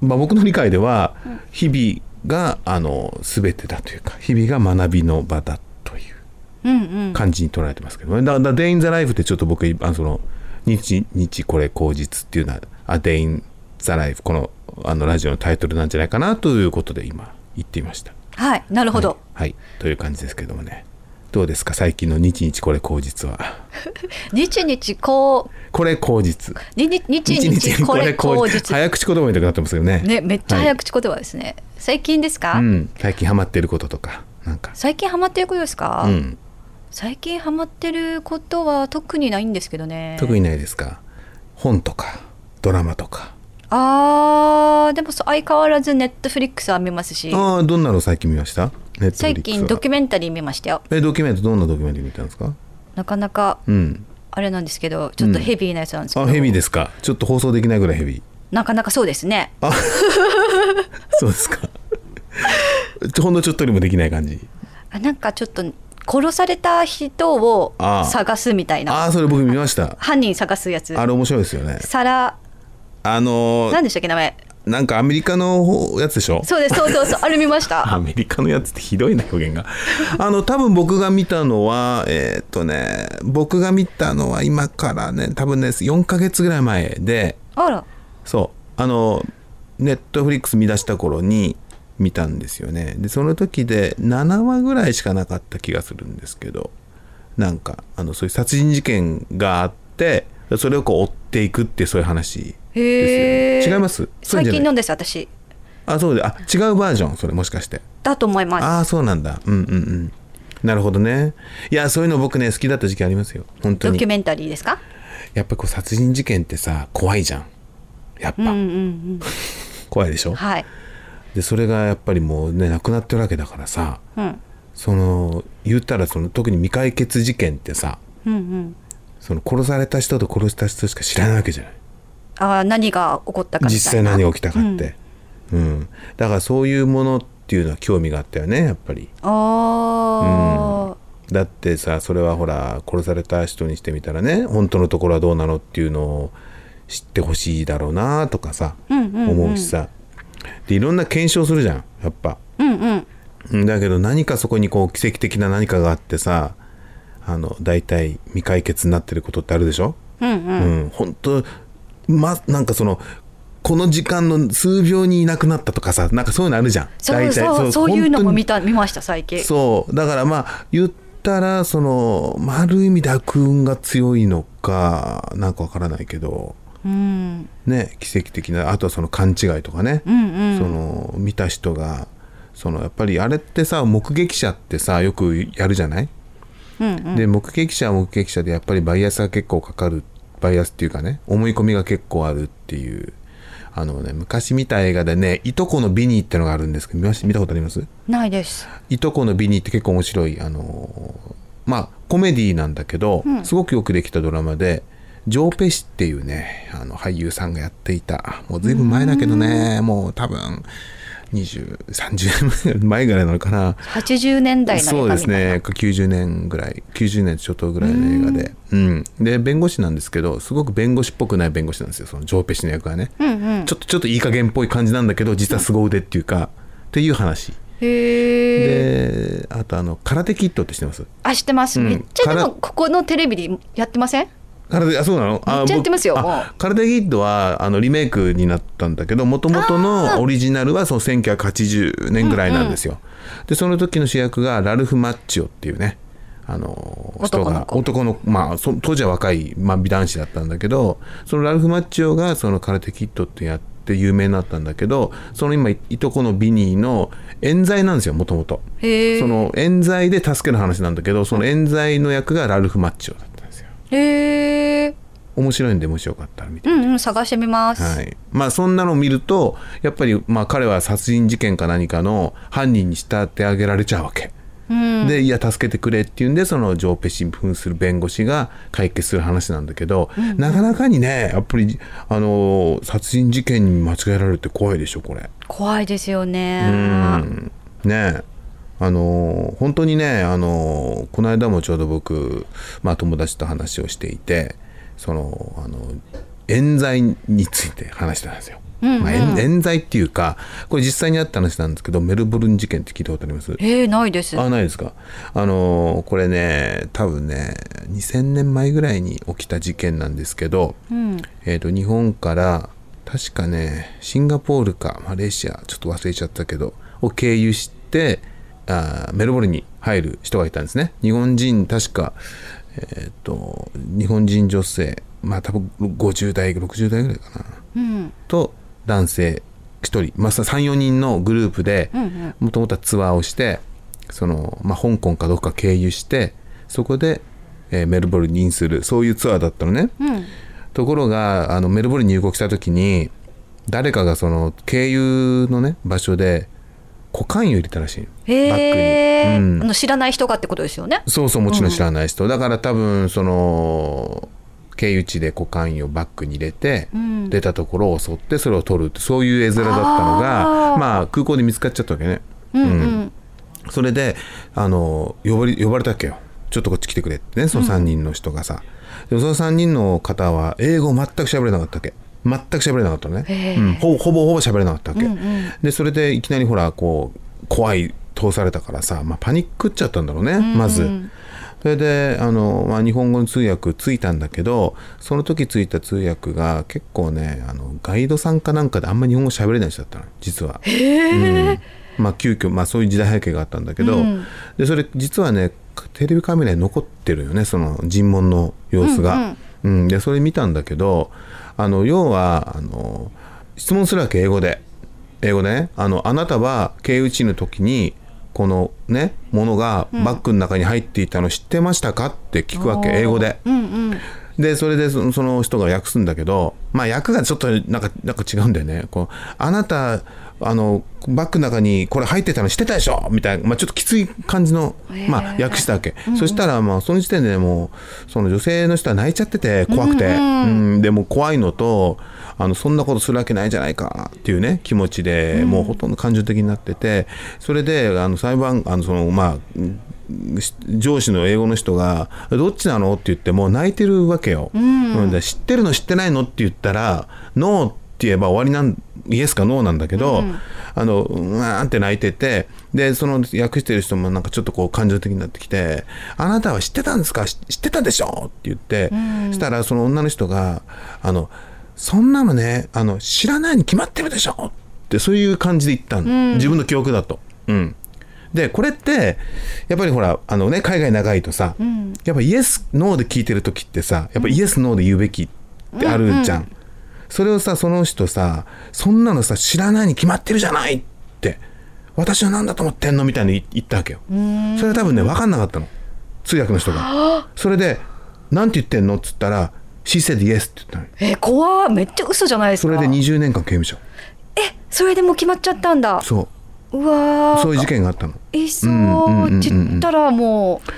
Speaker 8: まあ僕の理解では日々があの全てだというか日々が学びの場だという
Speaker 10: うんうん。
Speaker 8: 感じに捉えてますけどねだだ「デイン・ザ・ライフ」ってちょっと僕あのその日日これ口実っていうのは「あデイン・ザ・ライフ」このあのラジオのタイトルなんじゃないかなということで今言ってみました。
Speaker 10: はい。なるほど。
Speaker 8: はい、という感じですけどもね。どうですか最近の日日これ口実は。
Speaker 10: 日日こう。
Speaker 8: これ口実。
Speaker 10: にに日日これ口実。
Speaker 8: 早口言葉みたいになってますよね。
Speaker 10: ね、めっちゃ
Speaker 8: はい
Speaker 10: 早口言葉ですね。最近ですか。
Speaker 8: うん、最近ハマってることとか。なんか。
Speaker 10: 最近ハマってることですか。
Speaker 8: うん、
Speaker 10: 最近ハマってることは特にないんですけどね。
Speaker 8: 特にないですか本とか、ドラマとか。
Speaker 10: あーでもそう相変わらずネットフリックスは見ますし
Speaker 8: ああ、どんなの最近見ましたネット
Speaker 10: 最近ドキュ
Speaker 8: メン
Speaker 10: メンタリー見ましたよ
Speaker 8: ト。え、ドキュメント、どんなドキュメント見たんですか
Speaker 10: なかなか
Speaker 8: うん。
Speaker 10: あれなんですけどちょっとヘビーなやつなんですけど、
Speaker 8: あ、ヘビーですかちょっと放送できないぐらいヘビー。
Speaker 10: なかなかそうですね
Speaker 8: そうですか。 ちょほんのちょっとにもできない感じ。
Speaker 10: あなんかちょっと殺された人を
Speaker 8: ああ
Speaker 10: 探すみたい
Speaker 8: あ
Speaker 10: な
Speaker 8: あ、それ僕見ました。
Speaker 10: 犯人探すやつ
Speaker 8: あれ面白いですよね。
Speaker 10: サラ
Speaker 8: あのー
Speaker 10: 何でしたっけ名前
Speaker 8: なんかアメリカの方やつでしょ
Speaker 10: そうですそうそうそうあれ見 ました
Speaker 8: アメリカのやつってひどいな表現が あの多分僕が見たのはえーっとね僕が見たのは今からね多分ね4ヶ月ぐらい前で
Speaker 10: あら
Speaker 8: そうあのネットフリックス見出した頃に見たんですよねでその時で7話ぐらいしかなかった気がするんですけどなんかあのそういう殺人事件があってそれをこう追っていくってそういう話
Speaker 10: へ
Speaker 8: ですよ
Speaker 10: え
Speaker 8: ね違いますそう
Speaker 10: 最
Speaker 8: じゃない
Speaker 10: 近飲んです私
Speaker 8: あそうであ違うバージョンそれもしかして
Speaker 10: だと思います
Speaker 8: ああそうなんだうんうんうんなるほどねいやそういうの僕ね好きだった時期ありますよ本当
Speaker 10: ド
Speaker 8: に
Speaker 10: キュメンタリーですか
Speaker 8: やっぱりこう殺人事件ってさ怖いじゃんやっぱ、
Speaker 10: うんうんうん
Speaker 8: 怖いでしょ
Speaker 10: はい、
Speaker 8: でそれがやっぱりもうねなくなってるわけだからさ
Speaker 10: うん、
Speaker 8: その言ったらその特に未解決事件ってさ
Speaker 10: うんうん
Speaker 8: その殺された人と殺した人しか知らないわけじゃない
Speaker 10: あー何が起こったかみたいな
Speaker 8: 実際何が起きたかって、うんだからそういうものっていうのは興味があったよねやっぱり
Speaker 10: あ
Speaker 8: だってさそれはほら殺された人にしてみたらね本当のところはどうなのっていうのを知ってほしいだろうなとかさ、
Speaker 10: うんうんうん
Speaker 8: 思うしさでいろんな検証するじゃんやっぱ
Speaker 10: ーうんうん
Speaker 8: うんだけど何かそこにこう奇跡的な何かがあってさあの大体未解決になってることってあるでしょ
Speaker 10: うんうん
Speaker 8: うん、本当まなんかそのこの時間の数秒にいなくなったとかさなんかそういうのあるじゃん
Speaker 10: そうそうそういうのも見た見ました最近
Speaker 8: そうだからまあ言ったらその、まあ、ある意味で悪運が強いのかなんかわからないけど、
Speaker 10: うん、
Speaker 8: ね、奇跡的なあとはその勘違いとかね、
Speaker 10: うんうん
Speaker 8: その見た人がそのやっぱりあれってさ目撃者ってさよくやるじゃない、
Speaker 10: うんうん
Speaker 8: で目撃者は目撃者でやっぱりバイアスが結構かかるバイアスっていうかね思い込みが結構あるっていうあのね昔見た映画でね「いとこのビニー」ってのがあるんですけど見まし見たことあります
Speaker 10: ないです
Speaker 8: いとこのビニーって結構面白いあのーまあコメディーなんだけど、
Speaker 10: うん
Speaker 8: すごくよくできたドラマでジョー・ペシっていうねあの俳優さんがやっていたもうずいぶん前だけどねもう多分2030年前ぐらいなのかな
Speaker 10: 80年代の
Speaker 8: そうですね90年ぐらい90年ちょっとぐらいの映画で、うんで弁護士なんですけどすごく弁護士っぽくない弁護士なんですよそのジョー・ペシの役はね、
Speaker 10: うんうん
Speaker 8: ちょっとちょっといい加減っぽい感じなんだけど実は凄腕っていうか、っていう話
Speaker 10: へえ
Speaker 8: であとあの「空手キット」って知ってます
Speaker 10: あ知ってます、
Speaker 8: うん
Speaker 10: めっちゃで
Speaker 8: から
Speaker 10: もここのテレビでやってません
Speaker 8: 空手あそうなのあ
Speaker 10: めっちゃやってますよ
Speaker 8: 僕
Speaker 10: もう
Speaker 8: あ空手キッドはあのリメイクになったんだけどもともとのオリジナルはその1980年ぐらいなんですよ、でその時の主役がラルフ・マッチオっていうねあの人が男のまあそ当時は若い、まあ、美男子だったんだけどそのラルフ・マッチオがその空手キッドってやって有名になったんだけどその今いいとこのビニーの冤罪なんですよもともと
Speaker 10: へえ
Speaker 8: その冤罪で助ける話なんだけどその冤罪の役がラルフ・マッチオだった
Speaker 10: へえ
Speaker 8: 面白いんでもしよかったら見て
Speaker 10: うんうん探してみます、
Speaker 8: はい、まあそんなのを見るとやっぱりまあ彼は殺人事件か何かの犯人に慕ってあげられちゃうわけ、
Speaker 10: うん
Speaker 8: でいや助けてくれっていうんでそのジョーペシン扮する弁護士が解決する話なんだけど、なかなかにねやっぱりあのー殺人事件に間違えられるって怖いでしょこれ。
Speaker 10: 怖いですよね
Speaker 8: うんねえあのー本当にね、あのーこの間もちょうど僕、まあ、友達と話をしていてその、あの冤罪について話したんですよ。
Speaker 10: うんうん
Speaker 8: まあ冤冤罪っていうかこれ実際にあった話なんですけどメルボルン事件って聞いたことあります
Speaker 10: えー、ないです
Speaker 8: あないですかあのーこれね多分ね2000年前ぐらいに起きた事件なんですけど、
Speaker 10: うん
Speaker 8: えー、と日本から確かねシンガポールかマレーシアちょっと忘れちゃったけどを経由してあーメルボルンに入る人がいたんですね日本人確かえっ、と日本人女性まあ多分50代60代ぐらいかな
Speaker 10: うん
Speaker 8: と男性1人、まあ、34人のグループで
Speaker 10: うんうん
Speaker 8: もともとはツアーをしてその、まあ、香港かどっか経由してそこで、えーメルボルンにインするそういうツアーだったのね。
Speaker 10: うん
Speaker 8: ところがあのメルボルンに入国した時に誰かがその経由のね場所でコカインを入れたらしいのバッグに
Speaker 10: へえ、
Speaker 8: うん
Speaker 10: あの知らない人がってことですよね
Speaker 8: そうそうもちろん知
Speaker 10: い、
Speaker 8: らない人、だから多分その経由地でコカインをバッグに入れて、
Speaker 10: うん
Speaker 8: 出たところを襲ってそれを取るってそういう絵面だったのが
Speaker 10: あー
Speaker 8: まあ空港で見つかっちゃったわけね、
Speaker 10: うんうん
Speaker 8: それであの呼ばれ呼ばれたっけよちょっとこっち来てくれってねその3人の人がさ、でもその3人の方は英語全く喋れなかったわけ全く喋れなかったのね
Speaker 11: へ、
Speaker 8: う
Speaker 11: ー
Speaker 8: ん、ほぼほぼほぼ喋れなかったわけ、
Speaker 11: うんうん
Speaker 8: でそれでいきなりほらこう怖い通されたからさ、まあ、パニックっちゃったんだろうねまず。それであの、まあ、日本語の通訳ついたんだけどその時ついた通訳が結構ねあのガイドさんかなんかであんま日本語喋れない人だったの実は。うんまあ、急遽、まあ、そういう時代背景があったんだけど、
Speaker 11: うん
Speaker 8: でそれ実はねテレビカメラに残ってるよねその尋問の様子が。うんでそれ見たんだけどあの要はあの質問するわけ英語で。英語でねあの「あなたは経由地の時にこのねものがバッグの中に入っていたの知ってましたか?」って聞くわけ
Speaker 11: おー
Speaker 8: 英語で。
Speaker 10: うんうん
Speaker 8: でそれでそのその人が訳すんだけどまあ訳がちょっとなんかなんか違うんだよねこう「あなたあのバッグの中にこれ入ってたの知ってたでしょ!」みたいな、まあ、ちょっときつい感じの、まあ、訳したわけ、
Speaker 11: うんうん
Speaker 8: そしたらまあその時点でもうその女性の人は泣いちゃってて怖くて、
Speaker 11: うんうん
Speaker 8: うんでも怖いのとあのそんなことするわけないじゃないかっていうね気持ちで、もうほとんど感情的になっててそれであの裁判あのそのまあうんし上司の英語の人が「どっちなの?」って言ってもう泣いてるわけよ。
Speaker 11: うん
Speaker 8: うんで知ってるの知ってないのって言ったら「ノー」って言えば終わりなんイエスかノーなんだけど、
Speaker 11: うん
Speaker 8: あのうわーんって泣いててでその訳してる人もなんかちょっとこう感情的になってきて「あなたは知ってたんですかし知ってたでしょ?」って言って、
Speaker 11: うん
Speaker 8: そしたらその女の人が「あのそんなのねあの知らないに決まってるでしょってそういう感じで言ったの、
Speaker 11: うん
Speaker 8: 自分の記憶だと。うん、でこれってやっぱりほらあの、ね、海外長いとさ、
Speaker 11: うん
Speaker 8: やっぱイエスノーで聞いてる時ってさやっぱイエスノーで言うべきってあるじゃん、
Speaker 11: うん
Speaker 8: それをさその人さそんなのさ知らないに決まってるじゃないって私は何だと思ってんのみたいに言ったわけよ
Speaker 11: うん
Speaker 8: それは多分ね分かんなかったの通訳の人が
Speaker 11: あ
Speaker 8: それで「なんて言ってんの?」っつったら「She said yes」って言ったのよ
Speaker 10: え怖っめっちゃ嘘じゃないです
Speaker 8: そ
Speaker 10: か
Speaker 8: れで20年間刑務所
Speaker 10: それでもう決まっちゃったんだ
Speaker 8: そう
Speaker 10: わー
Speaker 8: そういう事件があったの
Speaker 10: えそう
Speaker 8: うんうんうんうんうん
Speaker 10: ちったらもう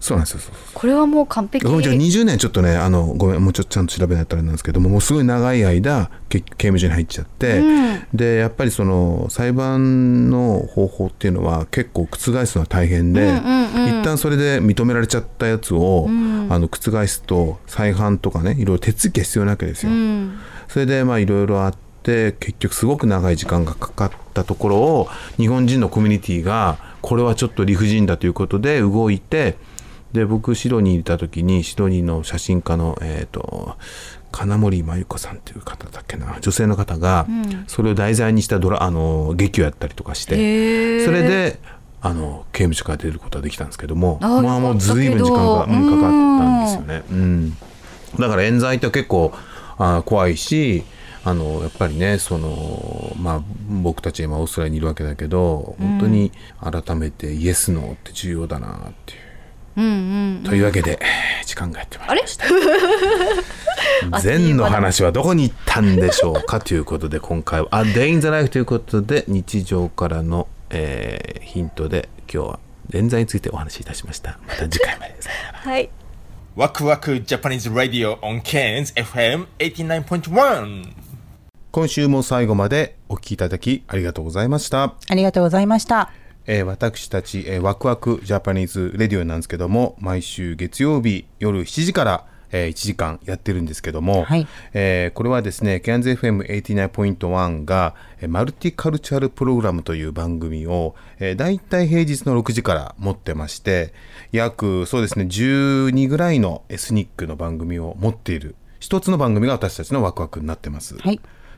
Speaker 8: そうなんですよそう
Speaker 10: これはもう完璧
Speaker 8: ごめんじゃあ20年ちょっとねあのごめんもうちょっとちゃんと調べないとあれなんですけどももうすごい長い間け刑務所に入っちゃって、
Speaker 11: うん
Speaker 8: でやっぱりその裁判の方法っていうのは結構覆すのは大変で、
Speaker 11: うんうんうん
Speaker 8: 一旦それで認められちゃったやつを、
Speaker 11: うん
Speaker 8: あの覆すと再犯とかねいろいろ手続きが必要なわけですよ。それでまあいろいろあって結局すごく長い時間がかかったところを日本人のコミュニティがこれはちょっと理不尽だということで動いてで僕シドニーにいた時にシドニーの写真家のえっ、と金森真由子さんという方だっけな女性の方が
Speaker 11: うん
Speaker 8: それを題材にしたドラあの劇をやったりとかして
Speaker 11: へー
Speaker 8: それであの刑務所から出ることができたんですけども
Speaker 11: あー
Speaker 8: まあもう随分時間がうんかかったんですよね。うん、だから冤罪って結構あー怖いしあのやっぱりねその、まあ、僕たち今オーストラリアにいるわけだけど本当に改めてイエスノーって重要だなっていう。
Speaker 10: うんうん
Speaker 8: というわけで時間がやってまいり
Speaker 10: あれ
Speaker 8: ま した禅の話はどこに行ったんでしょうかということで今回は「A Day in the Life」ということで日常からの、えーヒントで今日は冤罪についてお話しいたしました。また次回までです。
Speaker 10: はい
Speaker 12: ワクワクジャパニーズラディオ on Cairns FM 89.1
Speaker 8: 今週も最後までお聞きいただきありがとうございました。
Speaker 9: ありがとうございました。
Speaker 8: えー私たち、えーワクワクジャパニーズレディオなんですけども毎週月曜日夜7時から、え1時間やってるんですけども、えーこれはですねケアンズ FM89.1 が、えーマルティカルチャルプログラムという番組を、えー、大体平日の6時から持ってまして約そうですね12ぐらいのエスニックの番組を持っている一つの番組が私たちのワクワクになってます。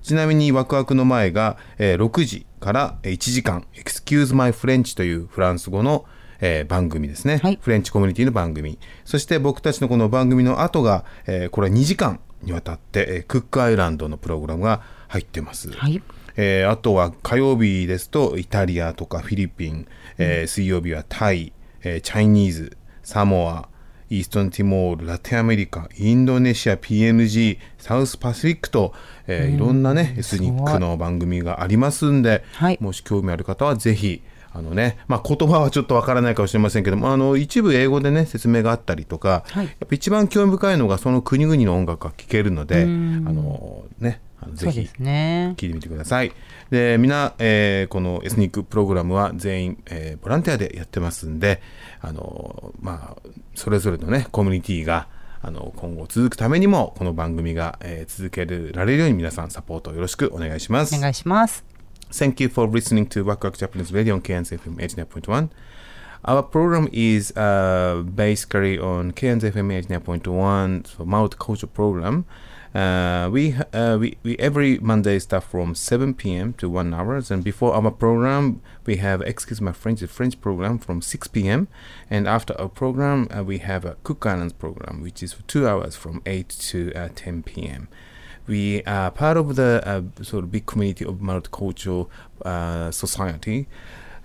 Speaker 8: ちなみにワクワクの前が、えー6時からえー1時間「Excuse My French」というフランス語の、えー番組ですね、フレンチコミュニティの番組そして僕たちのこの番組の後が、えーこれは2時間にわたって、えークックアイランドのプログラムが入ってます、えーあとは火曜日ですとイタリアとかフィリピン、えー水曜日はタイ、えーチャイニーズサモアイーストンティモール、ラテンアメリカ、インドネシア、PNG、サウスパシフィックと、えーいろんなね、エスニックの番組がありますんで、もし興味ある方はぜひ、あのね、まあ、言葉はちょっとわからないかもしれませんけども、あの、一部英語でね、説明があったりとか、やっぱ一番興味深いのがその国々の音楽が聴けるので、あ
Speaker 9: うん
Speaker 8: の、ね、あのぜ
Speaker 9: そうで
Speaker 8: ひ
Speaker 9: すね。
Speaker 8: 聞いてみてください。で、皆、えーこのエスニックプログラムは全員、えーボランティアでやってますんで、あのーまあ、それぞれのね、コミュニティが、あの、今後続くためにも、この番組が、えー続けられるように皆さんサポートよろしくお願いします。お願
Speaker 9: いします。
Speaker 8: Thank you for listening to Waku Waku Japanese Radio on KNZFM 89.1. Our program is uh, basically on KNZFM 89.1 so Mouth Culture Program. Uh, we, uh, we we every Monday start from 7 p.m. to 1 hours, and before our program we have excuse my French the French program from 6 p.m. and after our program uh, we have a Cook Islands program which is for two hours from 8 to uh, 10 p.m we are part of the uh, sort of big community of multicultural uh, society.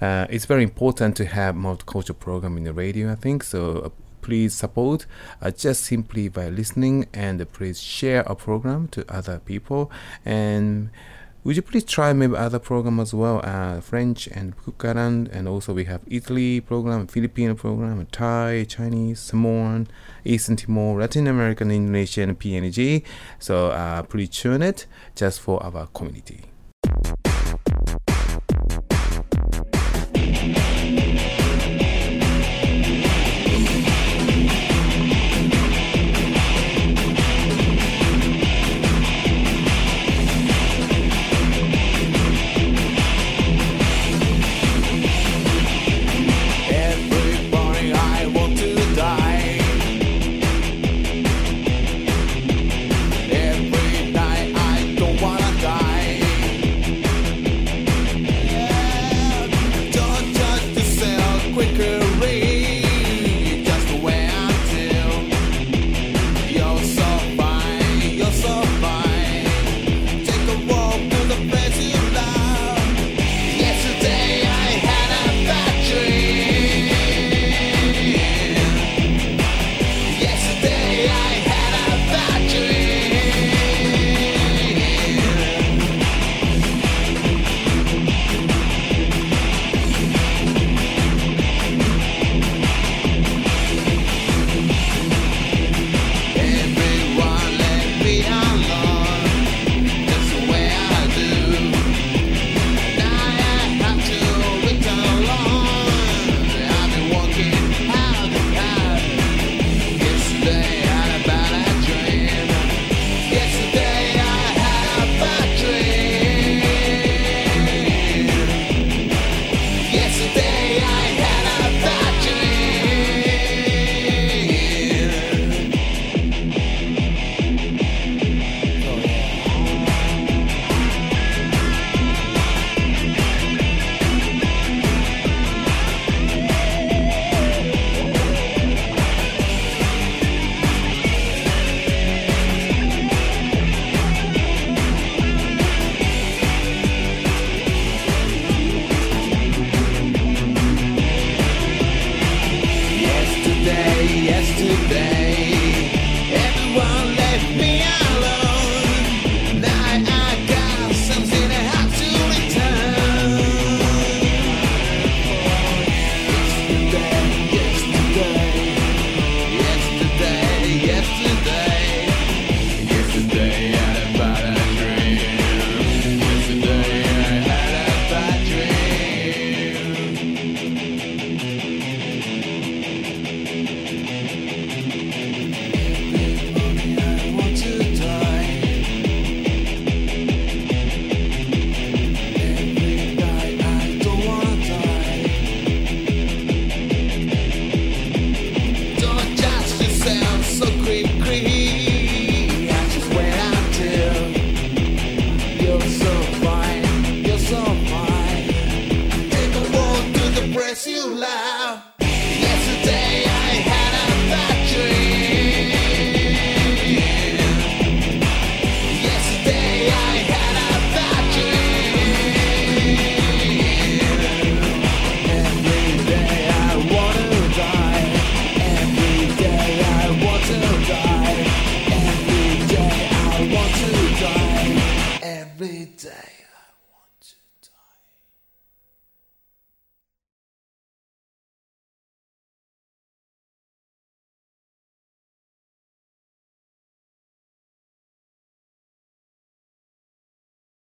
Speaker 8: Uh, it's very important to have multicultural program in the radio, I think. So uh, please support uh, just simply by listening and please share our program to other people. And would you please try maybe other program as well, uh, French and Kukaran, and also we have Italy program, Filipino program, Thai, Chinese, Samoan, Eastern Timor, Latin American, Indonesian, PNG. So uh, please tune it just for our community.
Speaker 11: Everybody, I want to die. Every night today. Everyone left me alone. Now I got something I have to return. Yesterday, yesterday, yesterday, yesterday, yesterday I had a bad dream. Yesterday I had a bad dream. Want to die. I don't wanna die. Don't judge yourself so quickly. I just wait until you're so fine, you're so fine. Take a walk to the place you love. Yesterday I had a bad dream. Yesterday I had a bad dream. Every day I wanna die. Every day I want to die. Every day I want to die. Every day. I